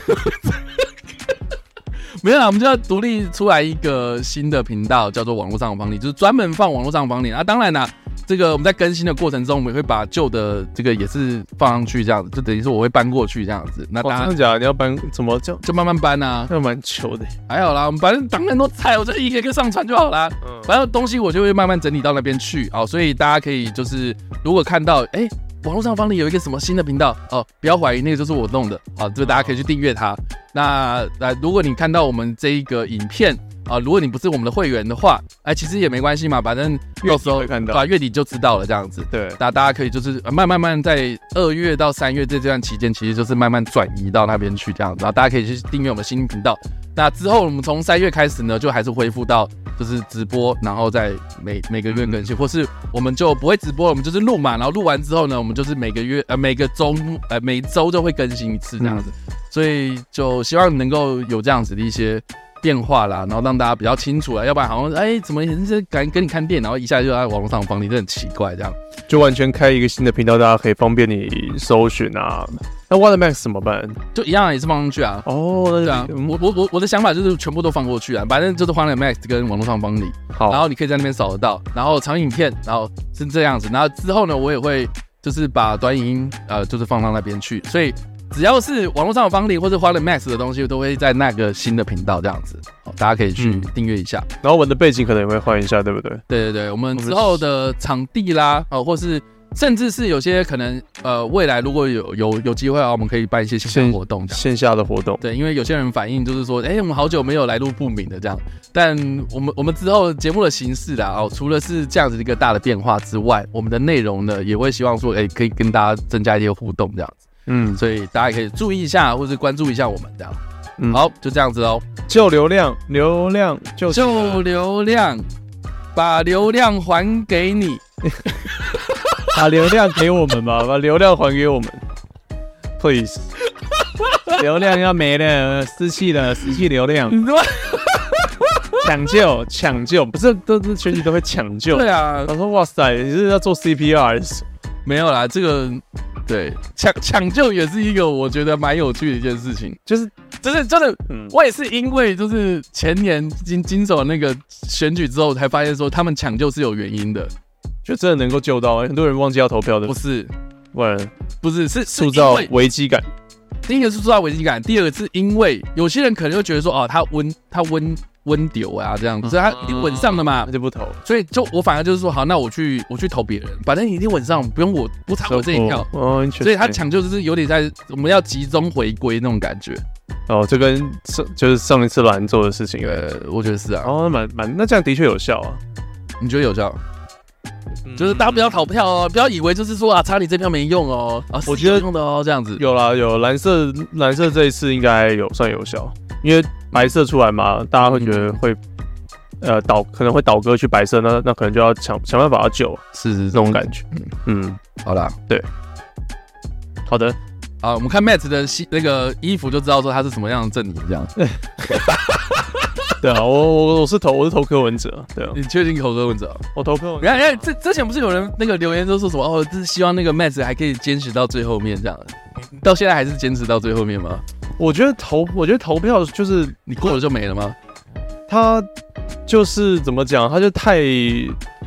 [SPEAKER 3] 没有啦，我们就要独立出来一个新的频道，叫做网络上的房里，就是专门放网络上的房里啊。当然啦，这个我们在更新的过程中，我们也会把旧的这个也是放上去，这样子，就等于是我会搬过去这样子。那
[SPEAKER 4] 哇，
[SPEAKER 3] 大
[SPEAKER 4] 哦真
[SPEAKER 3] 家
[SPEAKER 4] 的假的？你要搬怎么这样？
[SPEAKER 3] 就慢慢搬啊，
[SPEAKER 4] 那蛮糗的。
[SPEAKER 3] 还好啦，我们反正档案都在，我就一个一个上传就好啦。
[SPEAKER 4] 嗯，
[SPEAKER 3] 反正东西我就会慢慢整理到那边去哦，所以大家可以就是如果看到哎、诶网络上方里有一个什么新的频道哦，不要怀疑那个就是我弄的啊，这、个大家可以去订阅它。那那如果你看到我们这一个影片啊，如果你不是我们的会员的话，哎、其实也没关系嘛，反正
[SPEAKER 4] 月
[SPEAKER 3] 到
[SPEAKER 4] 底
[SPEAKER 3] 时候
[SPEAKER 4] 会看到
[SPEAKER 3] 对啊吧、月底就知道了这样子。
[SPEAKER 4] 对，
[SPEAKER 3] 那大家可以就是呃慢慢慢在二月到三月这段期间，其实就是慢慢转移到那边去这样子，然后大家可以去订阅我们新频道。那之后我们从三月开始呢，就还是恢复到就是直播，然后再每每个月更新，或是我们就不会直播，我们就是录嘛，然后录完之后呢，我们就是每个月呃每个周呃每周就会更新一次这样子，所以就希望能够有这样子的一些。变化啦，然后让大家比较清楚啊，要不然好像哎、怎么人家敢跟你看店，然后一下就在网络上放你，这很奇怪这样。
[SPEAKER 4] 就完全开一个新的频道，大家可以方便你搜寻啊。那 Watermax 怎么办？
[SPEAKER 3] 就一样也是放上去啊。
[SPEAKER 4] 哦，那
[SPEAKER 3] 对啊，
[SPEAKER 4] 嗯
[SPEAKER 3] 我我我我的想法就是全部都放过去啊，反正就是花脸 Max 跟网络上帮你，然
[SPEAKER 4] 好，
[SPEAKER 3] 后你可以在那边扫得到，然后长影片，然后是这样子，然后之后呢，我也会就是把短影音呃就是放到那边去，所以只要是网络上有帮你或者花脸 Max 的东西，都会在那个新的频道这样子，好，大家可以去
[SPEAKER 4] 嗯
[SPEAKER 3] 订阅一下。
[SPEAKER 4] 然后我们的背景可能也会换一下，对不对？
[SPEAKER 3] 对对对，我们
[SPEAKER 4] 我们
[SPEAKER 3] 之后的场地啦，哦，或是甚至是有些可能呃未来如果有有有机会啊，我们可以办一些线上
[SPEAKER 4] 线
[SPEAKER 3] 活动这样。
[SPEAKER 4] 线下的活动，
[SPEAKER 3] 对，因为有些人反映就是说，哎、我们好久没有来路不明的这样。但我们我们之后节目的形式啦，哦，除了是这样子一个大的变化之外，我们的内容呢也会希望说，哎、可以跟大家增加一些互动这样子，
[SPEAKER 4] 嗯，
[SPEAKER 3] 所以大家也可以注意一下，或是关注一下我们这样。
[SPEAKER 4] 嗯
[SPEAKER 3] 好，就这样子哦。
[SPEAKER 4] 救流量，流量救
[SPEAKER 3] 就 流量，把流量还给你。
[SPEAKER 4] 把流量给我们吧，把流量还 给我们，please。流量要没了，失去了，失去流量，
[SPEAKER 3] 你他妈
[SPEAKER 4] 抢救，抢救，不是都是全体都会抢 救。
[SPEAKER 3] 对啊，
[SPEAKER 4] 他说：“哇塞，你是要做 CPR 还是
[SPEAKER 3] 没有啦，这个对抢抢救也是一个我觉得蛮有趣的一件事情，
[SPEAKER 4] 就是
[SPEAKER 3] 就是真的。
[SPEAKER 4] 嗯，
[SPEAKER 3] 我也是因为就是前年金金手那个选举之后，才发现说他们抢救是有原因的，
[SPEAKER 4] 就真的能够救到、很多人忘记要投票的
[SPEAKER 3] 不，是
[SPEAKER 4] 不然
[SPEAKER 3] 不是是是
[SPEAKER 4] 塑
[SPEAKER 3] 因
[SPEAKER 4] 造
[SPEAKER 3] 为
[SPEAKER 4] 危机感。
[SPEAKER 3] 第一个是塑造危机感，第二个是因为有些人可能会觉得说哦他温他温温丢啊这样子，所以他一定稳上了嘛
[SPEAKER 4] 那，就不投。
[SPEAKER 3] 所以就我反而就是说好那我去我去投别人，反正你一定稳上，不用我不差我这一票。
[SPEAKER 4] 哦，interesting
[SPEAKER 3] 所以他抢救就是有点在我们要集中回归那种感觉，
[SPEAKER 4] 哦，这跟上就是上一次蓝做的事情了。
[SPEAKER 3] 呃，我觉得是啊，
[SPEAKER 4] 哦，那蛮蛮，那这样的确有效啊。
[SPEAKER 3] 你觉得有效？就是大家不要逃票哦，不要以为就是说啊，查理这票没用哦，啊，
[SPEAKER 4] 我觉得
[SPEAKER 3] 是有用的哦，这样子。
[SPEAKER 4] 有啦，有蓝色，蓝色这一次应该有算有效，因为白色出来嘛，大家会觉
[SPEAKER 3] 嗯
[SPEAKER 4] 得会，呃，倒可能会倒戈去白色，那那可能就要想想办法要救啊
[SPEAKER 3] 是是这
[SPEAKER 4] 这种感觉。嗯，
[SPEAKER 3] 觉。好啦，
[SPEAKER 4] 好的，
[SPEAKER 3] 啊，我们看 Matt 的西那个衣服就知道说他是什么样的阵营，这样。
[SPEAKER 4] 对啊，我我我是投我是投柯文哲，对啊，
[SPEAKER 3] 你确定口哥问者？
[SPEAKER 4] 我投柯文
[SPEAKER 3] 你看，你看，之之前不是有人那个留言都说什么哦，就是希望那个 Matt 还可以坚持到最后面这样，到现在还是坚持到最后面吗？
[SPEAKER 4] 我觉得投我觉得投票就是
[SPEAKER 3] 你过了就没了吗？
[SPEAKER 4] 他就是怎么讲，他就太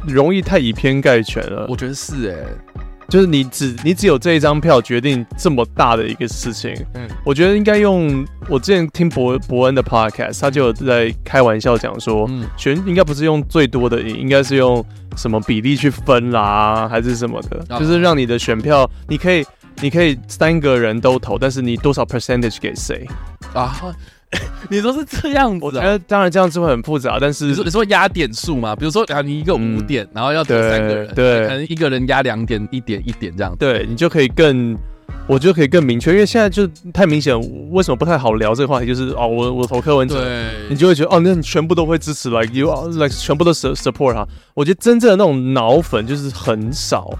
[SPEAKER 4] 容易太以偏概全了。
[SPEAKER 3] 我觉得是哎、
[SPEAKER 4] 就是你只你只有这一张票决定这么大的一个事情。
[SPEAKER 3] 嗯
[SPEAKER 4] 嗯，我觉得应该用我之前听伯伯恩的 podcast，他就有在开玩笑讲说，
[SPEAKER 3] 嗯
[SPEAKER 4] 选应该不是用最多的赢，应该是用什么比例去分啦，还是什么的，
[SPEAKER 3] 啊
[SPEAKER 4] 就是让你的选票，你可以你可以三个人都投，但是你多少 percentage 给谁？
[SPEAKER 3] 啊，你说是这样
[SPEAKER 4] 我
[SPEAKER 3] 子、
[SPEAKER 4] 觉
[SPEAKER 3] 啊。
[SPEAKER 4] 得当然这样子会很复杂，但
[SPEAKER 3] 你说
[SPEAKER 4] 是
[SPEAKER 3] 你说压点数嘛？比如说啊，你一个五
[SPEAKER 4] 嗯
[SPEAKER 3] 点，然后要得
[SPEAKER 4] 对
[SPEAKER 3] 三个人，
[SPEAKER 4] 对
[SPEAKER 3] 可能一个人压两点、一点、一点这样子。
[SPEAKER 4] 对你就可以更。我觉得可以更明确，因为现在就太明显，为什么不太好聊这个话题？就是哦，我我投柯文哲，
[SPEAKER 3] 对，
[SPEAKER 4] 你就会觉得哦，那你全部都会支持，like you are- like 全部都 su- support 他。我觉得真正的那种脑粉就是很少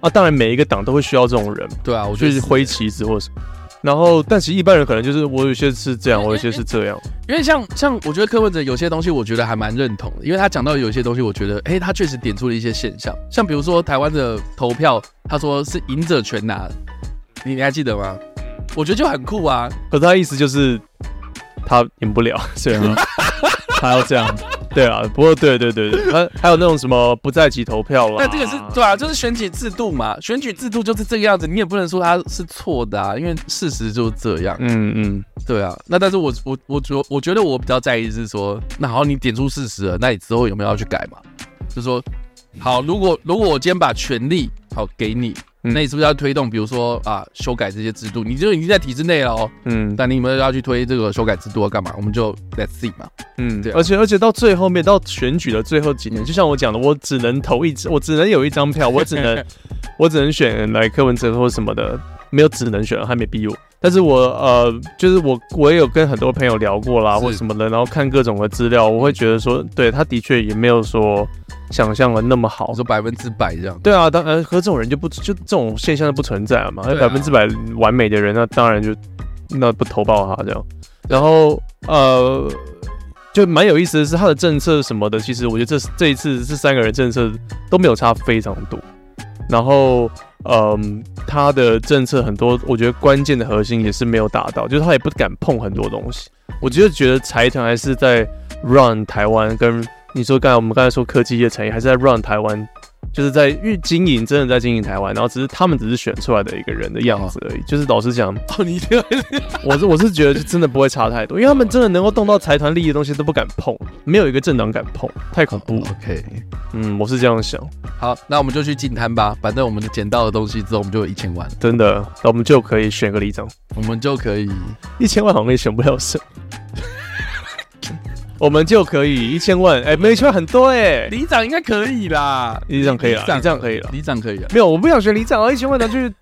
[SPEAKER 4] 啊，当然每一个党都会需要这种人，
[SPEAKER 3] 对啊，我觉
[SPEAKER 4] 就
[SPEAKER 3] 得
[SPEAKER 4] 是
[SPEAKER 3] 是
[SPEAKER 4] 挥，旗子或什么。然后，但其实一般人可能就是我有些是这 样，我有些是这样，
[SPEAKER 3] 因为像像我觉得柯文哲有些东西，我觉得还蛮认同的，因为他讲到有些东西，我觉得哎、诶他确实点出了一些现象，像比如说台湾的投票，他说是赢者全拿，你你还记得吗？我觉得就很酷啊，
[SPEAKER 4] 可是他意思就是他赢不了， 虽然
[SPEAKER 3] 啊
[SPEAKER 4] 他要这样。对啊，不过对对对对， 他还有那种什么不在籍投票啦，
[SPEAKER 3] 但这个是对啊，就是选举制度嘛，选举制度就是这个样子，你也不能说他是错的啊，因为事实就是这样，
[SPEAKER 4] 嗯嗯，
[SPEAKER 3] 对啊。那但是我我我觉我觉得我比较在意是说，那好，你点出事实了，那你之后有没有要去改嘛？就说好，如果如果我今天把权力好给你，
[SPEAKER 4] 嗯
[SPEAKER 3] 那你是不是要推动，比如说啊修改这些制度？你就已经在体制内了哦，
[SPEAKER 4] 嗯，
[SPEAKER 3] 但你有没有要去推这个修改制度要啊干嘛？我们就 Let's see 嘛。
[SPEAKER 4] 嗯，
[SPEAKER 3] 对啊
[SPEAKER 4] 而且而且到最后面，到选举的最后几年，就像我讲的，我只哦能投一，我只能有一张票，我只能我只能选来柯文哲或什么的。没有只能选，还没逼我。但是我呃，就是我我也有跟很多朋友聊过啦，
[SPEAKER 3] 是
[SPEAKER 4] 或什么的，然后看各种的资料，我会觉得说，对他的确也没有说想象的那么好
[SPEAKER 3] 我。 说百分之百这样。
[SPEAKER 4] 对啊，当然，可是这种人就不就这种现象就不存在了嘛。
[SPEAKER 3] 对啊
[SPEAKER 4] 百分之百完美的人，那当然就那不投报他这样。然后呃，就蛮有意思的是，他的政策什么的，其实我觉得这这一次这三个人政策都没有差非常多。然后嗯，他的政策很多，我觉得关键的核心也是没有达到，就是他也不敢碰很多东西。我就觉得财团还是在 run 台湾，跟你说刚才我们刚才说科技业产业还是在 run 台湾就是在因为经营，真的在经营台湾，然后只是他们只是选出来的一个人的样子而已。就是老实讲，
[SPEAKER 3] 哦，你这个
[SPEAKER 4] 我是我是觉得就真的不会差太多，因为他们真的能够动到财团利益的东西都不敢碰，没有一个政党敢碰，太 恐怖了。
[SPEAKER 3] OK，
[SPEAKER 4] 嗯，我是这样想，
[SPEAKER 3] 好，那我们就去进摊吧。反正我们捡到的东西之后，我们就有一千万，
[SPEAKER 4] 真的，那我们就可以选个里长，
[SPEAKER 3] 我们就可以
[SPEAKER 4] 一千万好像也选不了什么。 我们就可以一千万，哎、没有一千万很多哎、
[SPEAKER 3] 里长应该可以啦，
[SPEAKER 4] 里长可以了，里长可以了。啊
[SPEAKER 3] 里长可以了，
[SPEAKER 4] 没有，我不想选里长啊，一千万拿去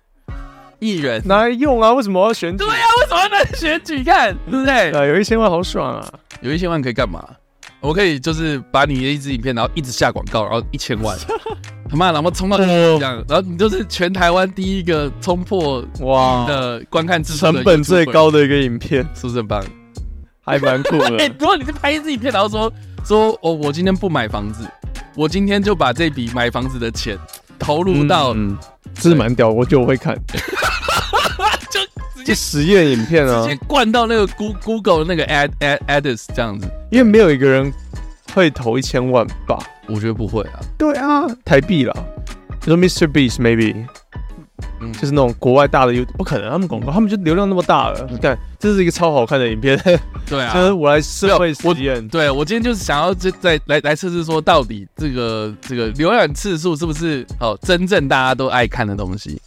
[SPEAKER 3] 艺人。
[SPEAKER 4] 拿来用啊，为什么我要选举
[SPEAKER 3] 对？呀、为什么能选举 看？对不对？
[SPEAKER 4] 啊，有一千万好爽啊！
[SPEAKER 3] 有一千万可以干嘛？我可以就是把你的一支影片，然后一直下广告，然后一千 万，他妈，然后冲到
[SPEAKER 4] 哦
[SPEAKER 3] 这样，然后你就是全台湾第一个冲破
[SPEAKER 4] 哇，
[SPEAKER 3] 的观看次数的
[SPEAKER 4] 成本最
[SPEAKER 3] YouTuber，
[SPEAKER 4] 高啊的一个影片，
[SPEAKER 3] 是不是很棒？
[SPEAKER 4] 还蛮酷
[SPEAKER 3] 哎、
[SPEAKER 4] 的。
[SPEAKER 3] 如果你是拍一支影片，然后说说哦，我今天不买房子，我今天就把这笔买房子的钱投入到、
[SPEAKER 4] 嗯，这蛮屌，我觉得我会看，
[SPEAKER 3] 就直接
[SPEAKER 4] 这实验影片啊
[SPEAKER 3] 直，接灌到那个 Goo- Google 那个 ad ad ads 这样子，
[SPEAKER 4] 因为没有一个人会投一千万吧？
[SPEAKER 3] 我觉得不会啊。
[SPEAKER 4] 对啊，台币啦，就说 Mr. Beast maybe，
[SPEAKER 3] 嗯
[SPEAKER 4] 就是那种国外大的 U，不可能，他们广告，他们就流量那么大了。看，这是一个超好看的影片，
[SPEAKER 3] 对嗯啊，
[SPEAKER 4] 就是我来社会实
[SPEAKER 3] 没有我
[SPEAKER 4] 验。
[SPEAKER 3] 对我今天就是想要这再来来测试说，到底这个这个浏览次数是不是哦真正大家都爱看的东西，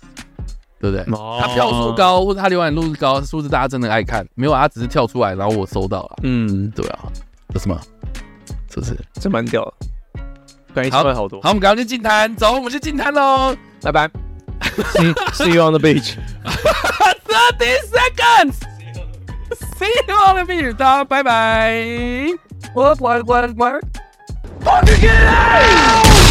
[SPEAKER 3] 对不对？
[SPEAKER 4] 哦
[SPEAKER 3] 它票数，高，或者它浏览数高，数字大家真的爱看，没有它只是跳出来，然后我收到了，
[SPEAKER 4] 嗯，
[SPEAKER 3] 对啊，有什么？是不是？
[SPEAKER 4] 这蛮屌的，感觉一千万好多。
[SPEAKER 3] 好，我们赶快去进摊，走，我们去进摊喽。
[SPEAKER 4] 拜拜 See-，See you on the beach。
[SPEAKER 3] Thirty seconds. See you on the beach. 大家拜拜。我我我我，我去 get out.